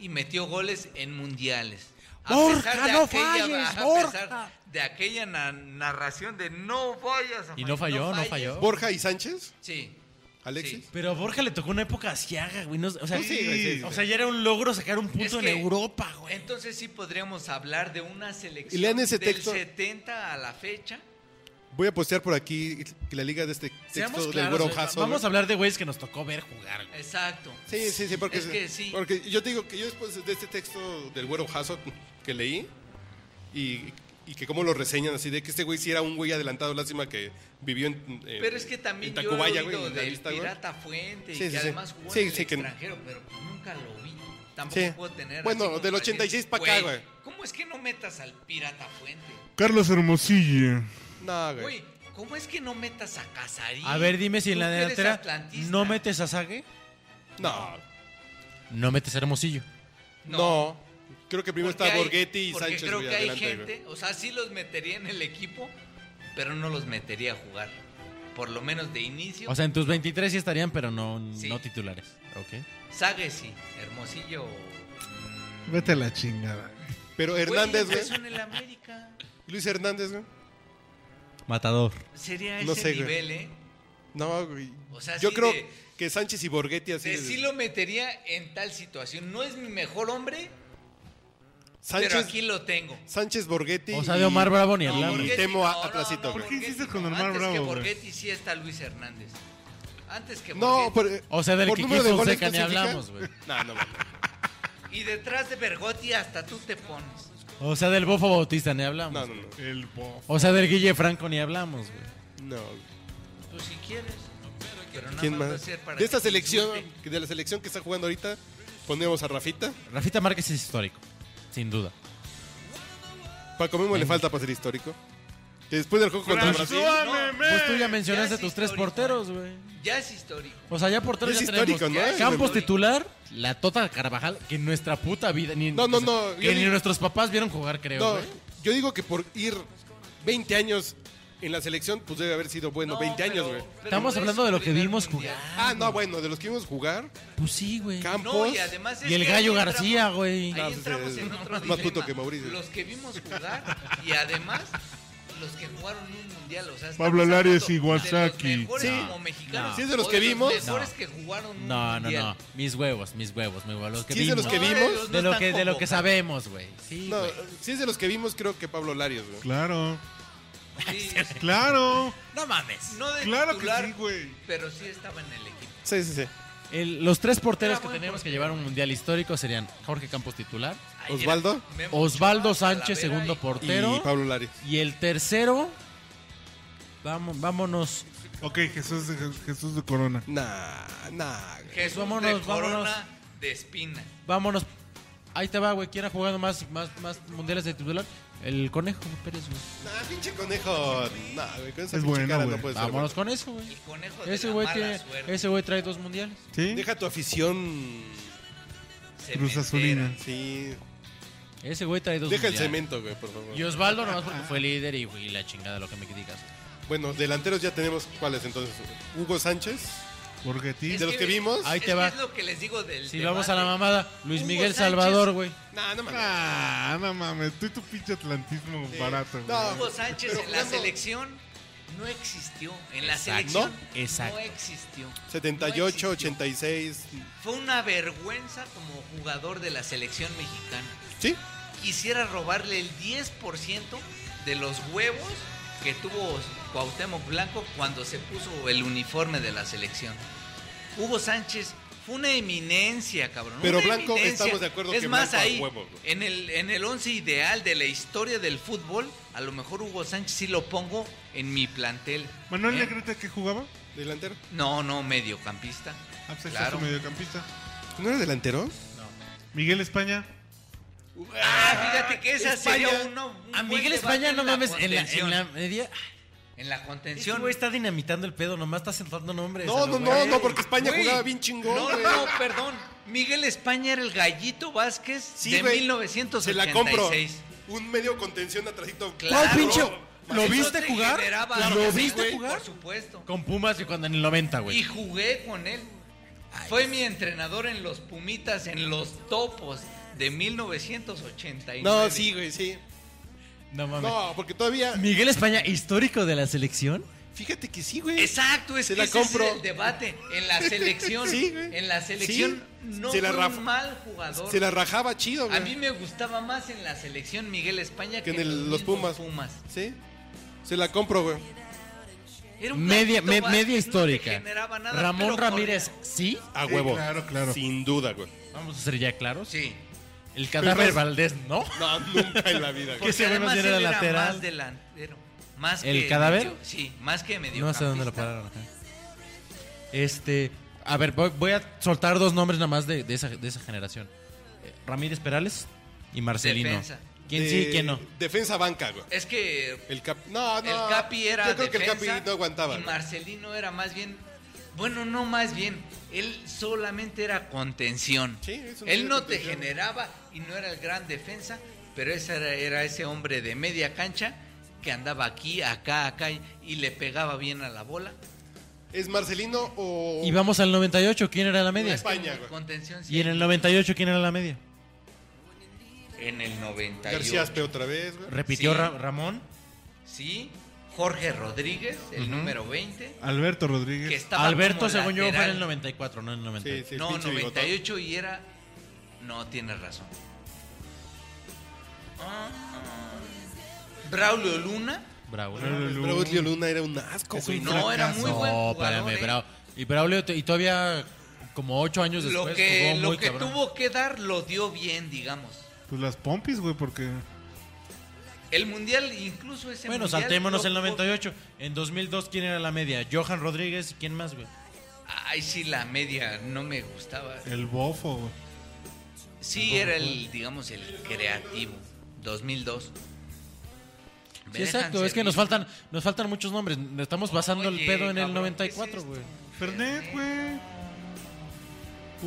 S3: y metió goles en mundiales.
S4: Borja,
S3: pesar de
S4: no
S3: aquella-
S4: falles,
S3: a pesar
S4: Borja.
S3: de aquella na- narración de no vayas. a
S4: Y no
S3: fallar,
S4: falló, no
S3: falles.
S4: falló.
S1: Borja y Sánchez,
S3: Sí.
S1: Alexis.
S3: Sí.
S4: Pero a Borja le tocó una época asiaga, güey. no- o, sea,
S1: Pues sí, güey, sí, sí.
S4: o sea, ya era un logro sacar un punto
S3: Es
S4: en
S3: que-
S4: Europa, güey.
S3: Entonces sí podríamos hablar de una selección
S1: Lean ese
S3: del
S1: texto.
S3: 70 a la fecha.
S1: Voy a postear por aquí que la liga de este
S4: Seamos
S1: texto del
S4: claros,
S1: güero
S4: güey,
S1: Jasso,
S4: Vamos
S1: güey.
S4: a hablar de güeyes que nos tocó ver jugar, güey.
S3: Exacto.
S1: Sí, sí, sí, porque,
S3: Es que sí.
S1: porque yo te digo que yo después de este texto del güero Jasso que leí y, y que cómo lo reseñan así de que este güey sí era un güey adelantado, lástima que vivió en, en-
S3: Pero es que también
S1: en
S3: yo he
S1: Tacubaya, güey,
S3: oído
S1: en la
S3: del
S1: lista, güey.
S3: Pirata Fuente
S1: Sí,
S3: y
S1: sí,
S3: que
S1: sí.
S3: además jugó
S1: Sí,
S3: en el
S1: sí, que-
S3: extranjero, pero pues nunca lo vi. Tampoco
S1: Sí.
S3: puedo tener...
S1: Bueno,
S3: así como
S1: del
S3: para
S1: 86
S3: decir,
S1: pa' acá, güey.
S3: ¿Cómo es que no metas al Pirata Fuente?
S2: Carlos Hermosillo.
S1: No, güey.
S3: Güey, ¿Cómo es que no metas a Casarín?
S4: A ver, dime si en
S3: Tú
S4: la
S3: que eres
S4: delantera
S3: atlantista.
S4: no metes a Sague,
S1: No,
S4: no metes a Hermosillo.
S1: no. Creo que primero
S3: Porque
S1: está
S3: hay-
S1: Borghetti y
S3: porque
S1: Sánchez.
S3: creo
S1: güey,
S3: que hay
S1: adelante, güey.
S3: gente, o sea, sí los metería en el equipo, pero no los metería a jugar. Por lo menos de inicio.
S4: O sea, en tus 23 sí estarían, pero no,
S3: Sí.
S4: no titulares. Ok.
S3: Sague sí, Hermosillo.
S2: Vete a la chingada.
S1: Pero Hernández,
S3: güey.
S1: güey.
S3: empezó en el América.
S1: Luis Hernández, güey.
S4: Matador.
S3: Sería ese
S1: No sé, güey.
S3: nivel, ¿eh?
S1: No, güey.
S3: O sea,
S1: Yo
S3: sí
S1: creo
S3: de-
S1: que Sánchez y Borghetti así.
S3: De
S1: de-
S3: sí lo metería en tal situación. No es mi mejor hombre, pero
S1: Sánchez,
S3: aquí lo tengo.
S1: Sánchez Borghetti.
S4: O sea, de Omar
S1: y-
S4: Bravo ni
S1: y
S4: hablamos.
S3: Borghetti
S1: temo a-
S3: no,
S1: a
S3: no,
S1: Placito,
S3: no,
S1: güey.
S2: ¿Por qué hiciste
S3: Borghetti
S2: con
S3: no.
S2: Omar
S3: Antes
S2: Bravo,
S3: que
S2: güey?
S3: Borghetti sí está Luis Hernández. Antes que
S1: No,
S3: Borghetti.
S1: por,
S4: O sea, del
S1: por
S4: que
S1: número
S4: quiso
S1: de goles
S4: Fonseca ni
S1: clasifica.
S4: hablamos, güey.
S1: No, no, güey.
S3: Y detrás de Bergotti hasta tú te pones.
S4: O sea, del Bofo Bautista ni hablamos.
S1: no, no,
S4: güey.
S1: no.
S2: El bof.
S4: O sea, del Guille Franco ni hablamos, güey.
S1: No, güey.
S3: Tú si quieres. Pero nada
S1: ¿Quién
S3: más va a
S1: más?
S3: ser para
S1: De esta
S3: que te
S1: selección,
S3: insulte.
S1: de la selección que está jugando ahorita, ponemos a Rafita.
S4: Rafita Márquez es histórico, sin duda.
S1: Paco Memo le falta para ser histórico. Que después del juego contra Brasil.
S4: Pues
S1: Eh,
S4: tú ya mencionaste
S3: Ya
S4: a
S3: es
S4: tus tres
S3: histórico,
S4: porteros, güey.
S3: Ya es histórico.
S4: O sea, ya porteros
S1: Es
S4: ya
S1: histórico,
S4: tenemos.
S1: ¿no?
S4: Campos
S3: Güey.
S4: titular, la Tota Carvajal, que en nuestra puta vida ni
S1: No, no, no,
S4: que
S1: yo
S4: ni
S1: digo-
S4: nuestros papás vieron jugar, creo,
S1: No,
S4: güey.
S1: yo digo que por ir 20 años en la selección, pues debe haber sido bueno.
S3: No,
S1: 20 años,
S3: pero-
S1: güey.
S3: pero
S4: Estamos
S3: no
S4: hablando
S3: es
S4: de lo
S3: un
S4: que
S3: primer
S4: vimos
S3: mundial.
S4: jugar.
S1: Ah, no, bueno, de los que íbamos a jugar,
S4: Pues sí, güey.
S1: Campos.
S3: No, y además es
S4: Y el
S3: que
S4: Gallo
S3: ahí entramos-
S4: García, güey.
S1: No,
S3: Ahí
S1: pues,
S3: entramos
S1: es
S3: en otro
S1: más
S3: dilema.
S1: puto que Mauricio.
S3: Los que vimos jugar y además los que jugaron un mundial. O sea, estamos
S2: Pablo Larios
S3: hablando
S2: y
S3: de
S2: Iwasaki.
S3: los mejores
S1: Sí.
S3: como mexicanos.
S1: Sí, es de los
S3: o
S1: que vimos.
S3: Los mejores
S4: No.
S3: que jugaron un
S4: No, no,
S3: mundial.
S4: no. Mis huevos, mis huevos, mis huevos. Los que
S1: Sí, es de
S4: vimos.
S1: los que vi-
S3: ellos
S1: vimos?
S3: no
S4: De lo
S3: están
S4: que, de lo que
S3: convocados.
S4: sabemos, güey. Sí,
S1: no,
S4: güey.
S1: si es de los que vimos, creo que Pablo Larios, güey.
S2: Claro.
S3: Sí,
S2: Claro.
S4: No mames.
S3: no de
S2: Claro que
S3: titular,
S2: sí, güey.
S3: pero sí estaba en el equipo.
S1: Sí, sí, sí.
S4: El- los tres porteros
S3: Era
S4: que
S3: buen
S4: tenemos que
S3: portero,
S4: llevar a un mundial histórico serían Jorge Campos titular,
S3: Ahí era
S1: ¿Osvaldo?
S3: Memo
S4: Osvaldo
S3: Ochoa, Talavera
S4: Sánchez segundo
S3: y-
S1: Y
S4: portero
S1: Pablo Larios.
S4: y el tercero vamos, vámonos,
S2: Ok, Jesús de, Jesús de Corona.
S1: Nah, nah, güey.
S3: Jesús de
S4: Vámonos,
S3: Corona
S4: vámonos.
S3: de Espina.
S4: vámonos. Ahí te va, güey, ¿quién ha jugado más, más, más mundiales de titular? El conejo Pérez, güey.
S1: Nah, pinche conejo. Nah, güey, con esa
S2: Es
S1: pinche
S2: bueno,
S1: cara
S2: güey.
S1: no puede ser,
S4: Vámonos con eso, güey.
S3: El conejo de
S4: Ese
S3: la
S4: güey
S3: mala
S4: tiene-
S3: suerte.
S4: ese güey trae dos mundiales.
S2: ¿Sí?
S1: güey. Deja tu afición.
S2: Cruz
S3: Cementera.
S2: Azulina.
S1: Sí.
S4: Ese güey trae dos
S1: Deja el
S4: mundiales.
S1: cemento, güey, por favor.
S4: Y Osvaldo nomás porque fue líder y, y la chingada lo que me digas.
S1: Bueno, delanteros ya tenemos cuáles entonces. Hugo Sánchez,
S2: Borghetti.
S1: de los que vimos.
S4: Ahí
S3: es
S4: te
S3: que
S4: va.
S3: Es lo que les digo del
S4: Si
S3: debate.
S4: vamos a la mamada, Luis
S3: Hugo
S4: Miguel
S3: Sánchez.
S4: Salvador, güey.
S1: Nah, no mames.
S2: Ah, no mames. Tú y tu pinche atlantismo barato, güey.
S1: No.
S3: Hugo Sánchez
S1: Pero
S3: en la
S1: jugando-
S3: selección no existió. En la
S4: Exacto.
S3: selección
S4: No, exacto.
S3: no existió.
S1: 78,
S3: No existió.
S1: 86.
S3: Fue una vergüenza como jugador de la selección mexicana.
S1: Sí,
S3: Quisiera robarle el 10% de los huevos que tuvo Cuauhtémoc Blanco cuando se puso el uniforme de la selección. Hugo Sánchez fue una eminencia, cabrón.
S1: Pero
S3: una
S1: Blanco,
S3: eminencia.
S1: estamos de acuerdo
S3: es
S1: que
S3: más,
S1: Blanco a
S3: ahí,
S1: huevo, güey.
S3: en el, en el once ideal de la historia del fútbol, a lo mejor Hugo Sánchez sí lo pongo en mi plantel.
S2: Manuel
S3: ¿eh?
S2: Negrete, ¿qué jugaba?
S1: delantero.
S3: No, no, mediocampista.
S2: Ah, pues ahí está
S3: Claro.
S2: su mediocampista.
S1: ¿No era delantero?
S2: Miguel España.
S3: Ah, fíjate que esa
S1: España.
S3: sería uno. un
S4: A
S3: buen
S4: Miguel
S3: debate
S4: España, no mames, en la, en
S3: contención.
S4: la media.
S3: En la
S4: Este
S3: contención.
S4: güey está dinamitando el pedo, nomás está sentando nombres. a
S1: No, no,
S4: lo
S1: no,
S4: güey.
S1: no, porque España
S3: Güey.
S1: jugaba bien chingón.
S3: No,
S1: güey.
S3: no, perdón. Miguel España era el gallito Vázquez
S1: Sí,
S3: de
S1: güey. Se
S3: 1986.
S1: la compro. Un medio contención atrasito.
S3: Claro.
S4: ¿Cuál pinche? ¿Lo
S3: Eso
S4: viste
S3: te
S4: jugar?
S3: generaba-
S4: Claro
S3: ¿Lo
S4: que sí,
S3: viste
S4: güey.
S3: jugar? Por supuesto.
S4: Con Pumas y cuando en el 90,
S3: Y
S4: güey.
S3: jugué con él. Fue mi entrenador en los Pumitas, en los Topos de 1989.
S1: No, sí, güey, sí.
S4: No mames.
S1: No, porque todavía.
S4: Miguel España, histórico de la selección.
S1: Fíjate que sí, güey.
S3: Exacto, es
S1: Se
S3: que
S1: la
S3: ese es
S1: compro.
S3: el debate. En la selección,
S1: Sí, güey.
S3: en la selección
S1: Sí,
S3: no
S1: se la
S3: fue
S1: raf-
S3: un mal jugador.
S1: Se la rajaba chido,
S3: A mí
S1: güey.
S3: me gustaba más en la selección Miguel España
S1: Que en
S3: que,
S1: el-
S3: en
S1: los Pumas. Sí. Se la compro, güey.
S3: Era un
S4: Media,
S3: gallito
S4: me-
S3: Vázquez,
S4: media
S3: no te
S4: histórica.
S3: generaba nada, pero
S4: Ramón
S3: corría.
S4: Ramírez, sí.
S1: A
S2: Sí,
S1: huevo.
S2: claro, claro.
S1: Sin duda, güey.
S4: Vamos a ser ya claros.
S3: Sí.
S4: El cadáver
S1: Pero-
S4: Valdés, no.
S1: No, nunca en la vida,
S4: ¿Qué
S1: güey.
S3: Porque
S4: ese güey
S3: además
S4: más bien era
S3: él
S4: lateral.
S3: más delantero. Más
S4: ¿El
S3: que
S4: cadáver?
S3: medio- sí, más que medio.
S4: No sé dónde lo pararon acá. Este. A ver, voy, voy a soltar dos nombres nada más de, de esa, de esa generación: Eh, Ramírez Perales y Marcelino.
S3: Defensa.
S4: ¿Quién
S1: de
S4: sí y quién no?
S1: Defensa banca, güey.
S3: es que
S1: El Cap. No, no.
S3: el Capi era
S1: Yo creo que el
S3: defensa
S1: Capi no aguantaba.
S3: y
S1: güey.
S3: Marcelino era más bien bueno no más bien él solamente era contención
S1: Sí, es un
S3: él
S1: medio
S3: no te
S1: contención.
S3: generaba y no era el gran defensa pero ese era, era ese hombre de media cancha que andaba aquí acá acá y, y le pegaba bien a la bola
S1: ¿Es Marcelino o.?
S4: Y vamos al 98, ¿quién era la
S1: o
S4: media?
S1: España, güey.
S3: contención sí.
S4: Y en el 98, ¿quién era la media?
S3: en el 98
S1: García Aspe otra vez, güey.
S4: Repitió
S3: Sí.
S4: Ra- Ramón.
S3: sí Jorge Rodríguez el número 20
S2: Alberto
S3: que
S2: Rodríguez.
S3: estaba
S4: Alberto,
S3: como
S4: según yo, fue en el
S3: lateral.
S4: 94, no en el 90.
S1: Sí, sí, es
S3: no,
S1: pinche bigotón.
S3: 98 y era. No, tienes razón. Ah, ah. Braulio Luna.
S4: Bravo.
S2: Braulio Luna.
S1: Braulio Luna era un asco,
S2: Es
S1: güey.
S2: un
S1: No,
S3: No, era
S2: fracaso.
S3: muy buen
S4: No,
S3: jugador.
S4: espérame,
S3: ¿eh?
S4: Bravo. Y Braulio, te- y todavía como 8 años Pues después,
S3: Lo que,
S4: jugó
S3: lo
S4: muy
S3: que
S4: cabrón.
S3: tuvo que dar lo dio bien, digamos.
S2: Pues las pompis, güey, porque.
S3: El mundial, incluso ese
S4: Bueno,
S3: mundial,
S4: saltémonos
S3: lo-
S4: el 98. En 2002, ¿quién era la media? Johan Rodríguez, ¿quién más, güey?
S3: Ay, sí, la media no me gustaba.
S2: El bofo, güey.
S3: Sí, era el, digamos, el creativo. 2002.
S4: Sí, exacto, es que nos faltan, nos faltan muchos nombres. Estamos basando el
S3: Oye,
S4: pedo en el
S3: cabrón,
S4: 94,
S3: ¿qué es
S4: güey.
S2: Fernet, güey.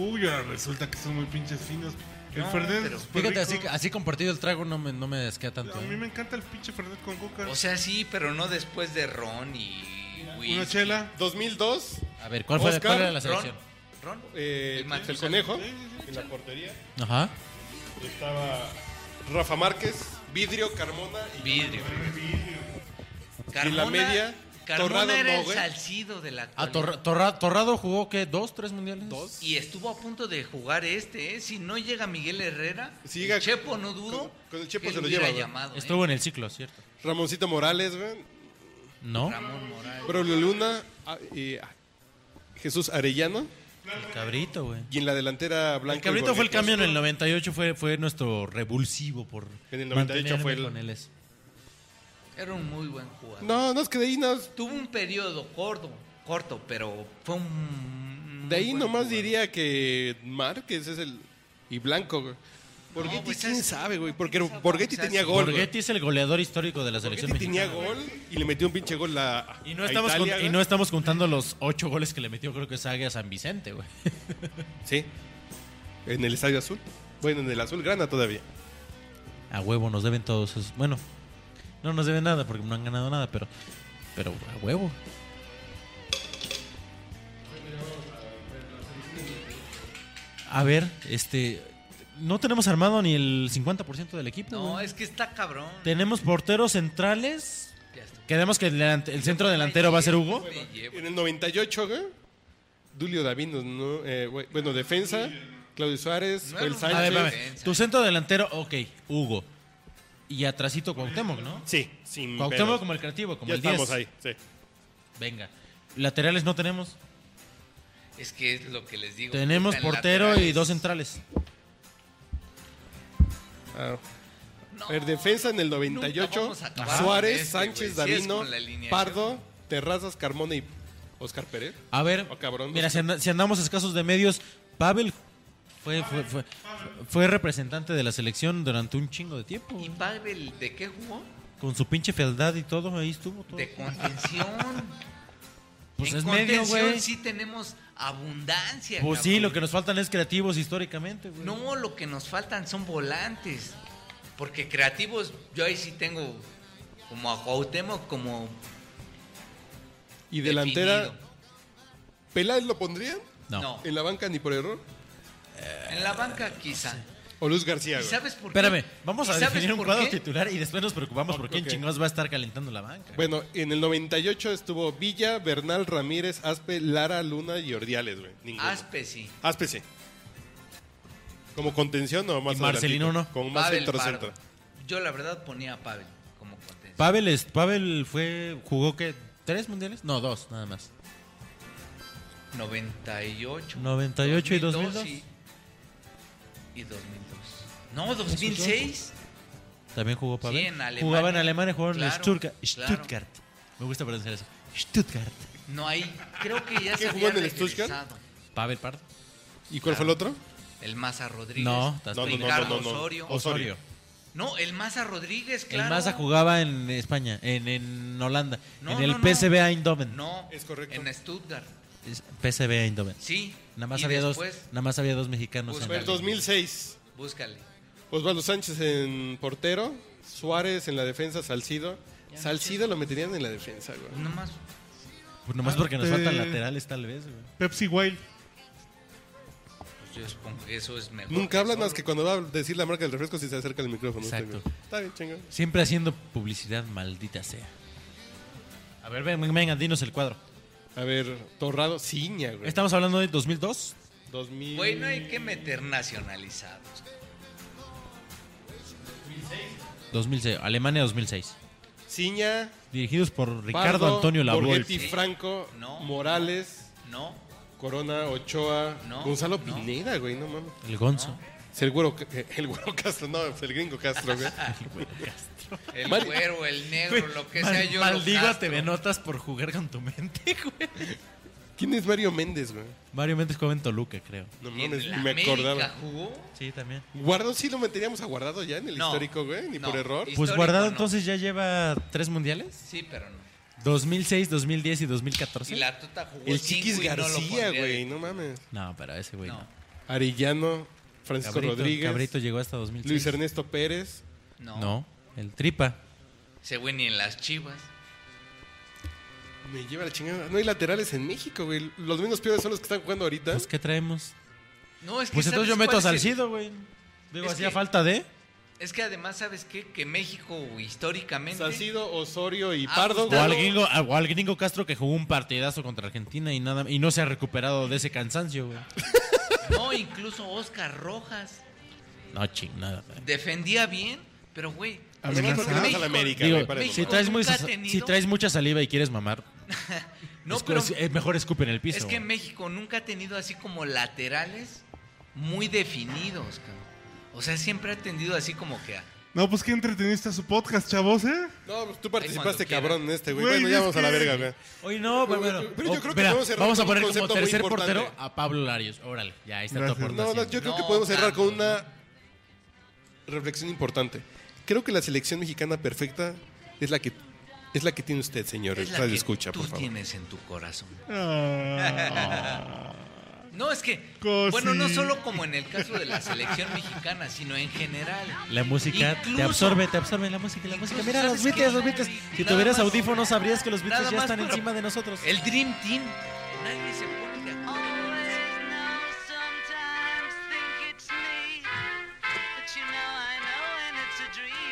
S2: Uy, ahora resulta que son muy pinches finos. El
S3: No,
S2: Fernet.
S3: pero-
S2: es súper
S4: Fíjate, así,
S2: rico.
S4: así compartido el trago no me, no me desquea tanto.
S2: A mí
S4: ¿eh?
S2: me encanta el pinche Fernet con coca.
S3: O sea, sí, pero no después de Ron y
S2: Una
S3: whisky.
S2: chela.
S1: 2002,
S4: A ver, ¿cuál fue la-
S1: Oscar,
S4: cuál era la selección?
S3: Ron, Ron.
S1: eh,
S3: El Max
S1: el
S3: Lucado.
S1: conejo en la portería.
S4: Ajá.
S1: Estaba Rafa Márquez, Vidrio, Carmona y
S3: Vidrio.
S1: Y la media,
S3: Carmona
S1: Torrado
S3: era
S1: no,
S3: el
S1: güey.
S3: salcido de la
S4: Ah,
S3: actualidad.
S4: Torra- Torra- Torrado jugó, ¿qué? ¿Dos, tres mundiales?
S1: dos.
S3: Y estuvo a punto de jugar este, ¿eh? Si no llega Miguel Herrera,
S1: Si llega-
S3: el Chepo no dudo
S1: con- con el Chepo
S3: que
S1: se lo
S3: hubiera
S1: lleva, güey.
S3: llamado, ¿eh?
S4: Estuvo en el ciclo, ¿cierto?
S1: Ramoncito Morales, güey.
S4: ¿No?
S3: Ramón Morales.
S1: Braulio Luna ah, y ah, Jesús Arellano.
S4: El cabrito, güey.
S1: Y en la delantera Blanco.
S4: El cabrito
S1: y
S4: fue el
S1: Borghetti.
S4: cambio en el 98, fue, fue nuestro revulsivo por
S1: En el 98 fue
S4: mantenerme
S1: el-
S4: con él es.
S3: Era un muy buen
S4: ¿eh?
S3: jugador.
S1: No, no, es que de ahí, nos-
S3: Tuvo un periodo corto, corto, pero fue un...
S1: de ahí
S3: muy buen
S1: nomás
S3: jugador.
S1: diría que Márquez es el. Y Blanco, güey. Borghetti,
S3: pues,
S1: quién
S3: es-
S1: sabe, güey. Porque
S3: esa-
S1: Borghetti
S3: esa-
S1: tenía gol. güey.
S4: Borghetti es el goleador histórico de la selección
S1: Borghetti tenía
S4: mexicana.
S1: gol y le metió un pinche gol a.
S4: Y no,
S1: a
S4: estamos
S1: Italia,
S4: con- y
S1: güey.
S4: no estamos contando los ocho goles que le metió, creo que Sague a San Vicente, güey.
S1: Sí. En el Estadio Azul. Bueno, en el Azul Grana todavía.
S4: A huevo, nos deben todos esos. Bueno, no nos deben nada porque no han ganado nada, pero. Pero a huevo. A ver, este. No tenemos armado ni el 50% del equipo.
S3: No, eh.
S4: güey.
S3: es que está cabrón.
S4: Tenemos porteros centrales.
S3: Ya está.
S4: Quedamos que el, delan- el centro delantero va a ser Hugo.
S3: Me llevo.
S1: En el 98, güey. Dulio Davino, ¿no? Eh, güey, bueno, defensa. Claudio Suárez,
S3: No
S1: Joel
S3: era un-
S4: A ver, a
S1: Sánchez.
S4: ver, Tu centro delantero, ok, Hugo. Y atrasito Cuauhtémoc, ¿no?
S1: Sí, sin
S4: Cuauhtémoc
S1: pedos.
S4: como el creativo, como
S1: Ya
S4: el 10.
S1: estamos ahí, sí.
S4: Venga. Laterales no tenemos.
S3: Es que es lo que les digo.
S4: Tenemos
S3: puta, en
S4: portero y
S3: laterales.
S4: dos centrales.
S1: Ah.
S3: No,
S1: A ver, defensa en el 98.
S3: vamos a acabar
S1: Suárez,
S3: con este,
S1: Sánchez,
S3: güey. Sí es
S1: Davino,
S3: con la alineación.
S1: Pardo, Terrazas, Carmona y Oscar Pérez.
S4: A ver,
S1: Oh, cabrón,
S4: mira,
S1: dos.
S4: si, anda- si andamos escasos de medios, Pavel fue, fue, fue, fue representante de la selección durante un chingo de tiempo.
S3: ¿Y
S4: güey.
S3: Pavel de qué jugó?
S4: Con su pinche fealdad y todo, ahí estuvo todo.
S3: De contención.
S4: Pues
S3: en
S4: es medio,
S3: contención
S4: güey.
S3: sí tenemos abundancia.
S4: Pues sí,
S3: cabrón.
S4: lo que nos faltan es creativos históricamente, güey.
S3: No, lo que nos faltan son volantes. Porque creativos, yo ahí sí tengo como a Cuauhtémoc como
S1: Y delantera.
S3: definido.
S1: ¿Peláez lo pondría?
S4: No.
S3: No.
S1: ¿En la banca ni por error?
S3: En la banca quizá.
S1: ¿O Luz García?
S3: ¿Y
S1: güey?
S3: sabes por qué?
S4: Espérame, vamos
S3: ¿Y
S4: a
S3: sabes
S4: definir un
S3: por
S4: cuadro
S3: qué?
S4: titular y después nos preocupamos por quién
S1: ok.
S4: chingados va a estar calentando la banca.
S1: Bueno, en el 98 estuvo Villa, Bernal, Ramírez, Aspe, Lara, Luna y Ordiales, güey. Ninguno.
S3: Aspe sí.
S1: Aspe, sí. ¿Como contención o más
S4: Y Marcelino,
S1: adelantito?
S4: ¿no?
S1: Como más
S3: Pavel,
S1: centro,
S3: Pardo.
S1: centro.
S3: Yo la verdad ponía a Pavel como contención.
S4: Pavel, es- Pavel fue, jugó que tres mundiales, no dos nada más.
S3: 98.
S4: 98 y 2002.
S3: Y, y 2002. No, 2006.
S4: También jugó Pavel.
S3: Sí, en Alemania.
S4: Jugaba en Alemania, jugaba en el
S3: Claro,
S4: Stuttgart.
S3: claro.
S4: Stuttgart. Me gusta pronunciar eso. Stuttgart.
S3: No hay. Creo que ya
S1: ¿Qué
S3: se
S1: jugó
S3: había
S1: en el Stuttgart?
S3: regresado.
S4: Pavel Pardo.
S1: ¿Y cuál fue el otro?
S3: El Maza Rodríguez.
S4: No, estás
S3: no,
S1: No, no, no,
S3: Ricardo
S1: no, no.
S3: Osorio.
S1: Osorio.
S4: Osorio.
S3: No, No, el Maza Rodríguez, claro.
S4: El Maza jugaba en España, en, en Holanda,
S3: No,
S4: en el
S3: no, no.
S4: PSV Eindhoven.
S3: No,
S1: Es correcto.
S3: En Stuttgart,
S4: Es PSV Eindhoven.
S3: sí.
S4: Nada más
S3: Y
S4: había dos,
S3: después,
S4: nada más había dos mexicanos.
S3: Pues
S4: en
S1: Fue
S4: la
S1: el
S4: liga.
S1: 2006.
S3: Búscale.
S1: Osvaldo Sánchez en portero, Suárez en la defensa, Salcido. Salcido lo meterían en la defensa, güey.
S3: Nomás.
S4: Pues nomás porque nos
S2: Ah,
S4: faltan
S2: eh.
S4: laterales tal vez, güey.
S2: Pepsi Wild.
S3: Pues yo supongo que eso es mejor.
S1: Nunca hablan
S3: solo.
S1: más que cuando va a decir la marca del refresco si se acerca el micrófono.
S4: Exacto.
S1: Está bien. Está bien, chingón.
S4: Siempre haciendo publicidad, maldita sea. A ver, ven, venga, dinos el cuadro.
S1: A ver, Torrado, Ciña, güey.
S4: Estamos hablando de 2002.
S1: 2000.
S3: Güey, no hay que meter nacionalizados.
S4: 2006, Alemania 2006.
S1: Ciña,
S4: Dirigidos por Ricardo
S1: Pardo,
S4: Antonio Lavolpe.
S1: Borghetti, Franco,
S3: No.
S1: Morales,
S3: No,
S1: Corona, Ochoa,
S3: No,
S1: Gonzalo
S3: no.
S1: Pineda, güey, no mames.
S4: El Gonzo.
S1: Es El güero, eh, el güero Castro, no, es el gringo Castro, güey.
S3: el
S1: Mari-
S3: güero, el negro,
S4: Güey,
S3: Ah, lo que
S4: mal-
S3: sea yo. lo
S4: Maldigo a
S3: castro.
S4: TV Notas por jugar con tu mente, güey.
S1: ¿Quién es Mario Méndez, güey?
S4: Mario Méndez jugaba en Toluca, creo.
S1: No
S3: ¿Y en
S1: mames,
S3: la
S1: me
S3: América
S1: acordaba.
S3: jugó?
S4: Sí, también.
S1: Guardado sí lo meteríamos a guardado ya en el
S3: No,
S1: histórico, güey, ni
S3: no.
S1: por error.
S3: Y-
S4: Pues
S3: Histórico,
S4: guardado
S3: no.
S4: entonces ya lleva tres mundiales.
S3: Sí, pero no.
S4: 2006, 2010 y
S3: Y
S4: 2014.
S3: la tuta jugó.
S1: El
S3: cinco
S1: Chiquis
S3: y no lo
S1: García,
S3: pondría
S1: güey,
S3: de-
S1: no mames.
S4: No, pero ese güey no.
S3: No,
S1: Arillano, Francisco
S4: Cabrito,
S1: Rodríguez,
S4: Cabrito llegó hasta 2006.
S1: Luis Ernesto Pérez,
S3: no.
S4: No. el Tripa.
S3: Ese güey ni en las chivas.
S1: me lleva la chingada. No hay laterales en México, güey. Los menos peores son los que están jugando ahorita.
S4: Pues, ¿qué traemos?
S3: No, es que
S4: Pues entonces yo
S3: ¿sabes
S4: meto a
S3: cuál es el-
S4: Salcido, güey. Digo,
S3: Es
S4: hacía
S3: que-
S4: falta de...
S3: Es que además, ¿sabes qué? Que México históricamente...
S1: Salcido, Osorio y
S3: Ah,
S1: Pardo.
S4: O
S3: Gustavo.
S4: al, gringo, o al gringo Castro que jugó un partidazo contra Argentina y nada y no se ha recuperado de ese cansancio, güey.
S3: No, incluso Oscar Rojas
S4: No, chingada. güey.
S3: defendía bien, pero güey...
S1: Amenazado.
S3: porque
S1: Amenazado
S3: México-
S1: a la América,
S4: Digo,
S1: güey, para de
S4: si
S1: mamar.
S4: traes, muy-
S3: Nunca ha tenido-
S4: si traes mucha saliva y quieres mamar,
S3: No,
S4: escu-
S3: pero
S4: es- eh, mejor escupe en el piso.
S3: es que
S4: güey.
S3: México nunca ha tenido así como laterales muy definidos, cabrón. O sea, siempre ha tendido así como que... a-
S2: No, pues qué entretenido está su podcast, chavos, ¿eh?
S1: No, pues tú
S3: cuando
S1: participaste
S3: quiera.
S1: cabrón en este, güey.
S2: Güey,
S1: Bueno, ya
S2: es
S1: vamos a la
S2: que-
S1: verga, güey.
S4: Oye, no,
S1: Pero-
S4: pero,
S1: pero- pero yo
S4: oh,
S1: creo que
S4: mira,
S1: podemos cerrar
S4: vamos a
S1: con un
S4: poner como
S1: concepto muy
S4: tercer
S1: importante.
S4: portero a Pablo Larios. Órale, ya ahí está tu
S2: Gracias.
S1: No,
S4: aportación.
S1: no, yo creo que
S3: No,
S1: podemos cerrar con
S3: tanto,
S1: una reflexión importante. Creo que la selección mexicana perfecta es la que es la que tiene usted, señor.
S3: Es la
S1: Radio
S3: que
S1: escucha,
S3: tú
S1: por favor.
S3: tienes en tu corazón.
S2: Ah,
S3: No, es que...
S2: Cosi.
S3: Bueno, no solo como en el caso de la selección mexicana, sino en general.
S4: La música te
S3: Incluso-
S4: absorbe, te absorbe la música, la música. Mira,
S3: ¿sabes
S4: los Beatles,
S3: qué?
S4: los Beatles. Si
S3: Nada
S4: tuvieras
S3: más-
S4: audífonos sabrías que los Beatles
S3: nada
S4: ya
S3: más
S4: están
S3: para-
S4: encima de nosotros.
S3: El Dream Team. Nadie se pone de acuerdo.
S7: Always know sometimes think it's me, but you know I know when it's a dream. uh,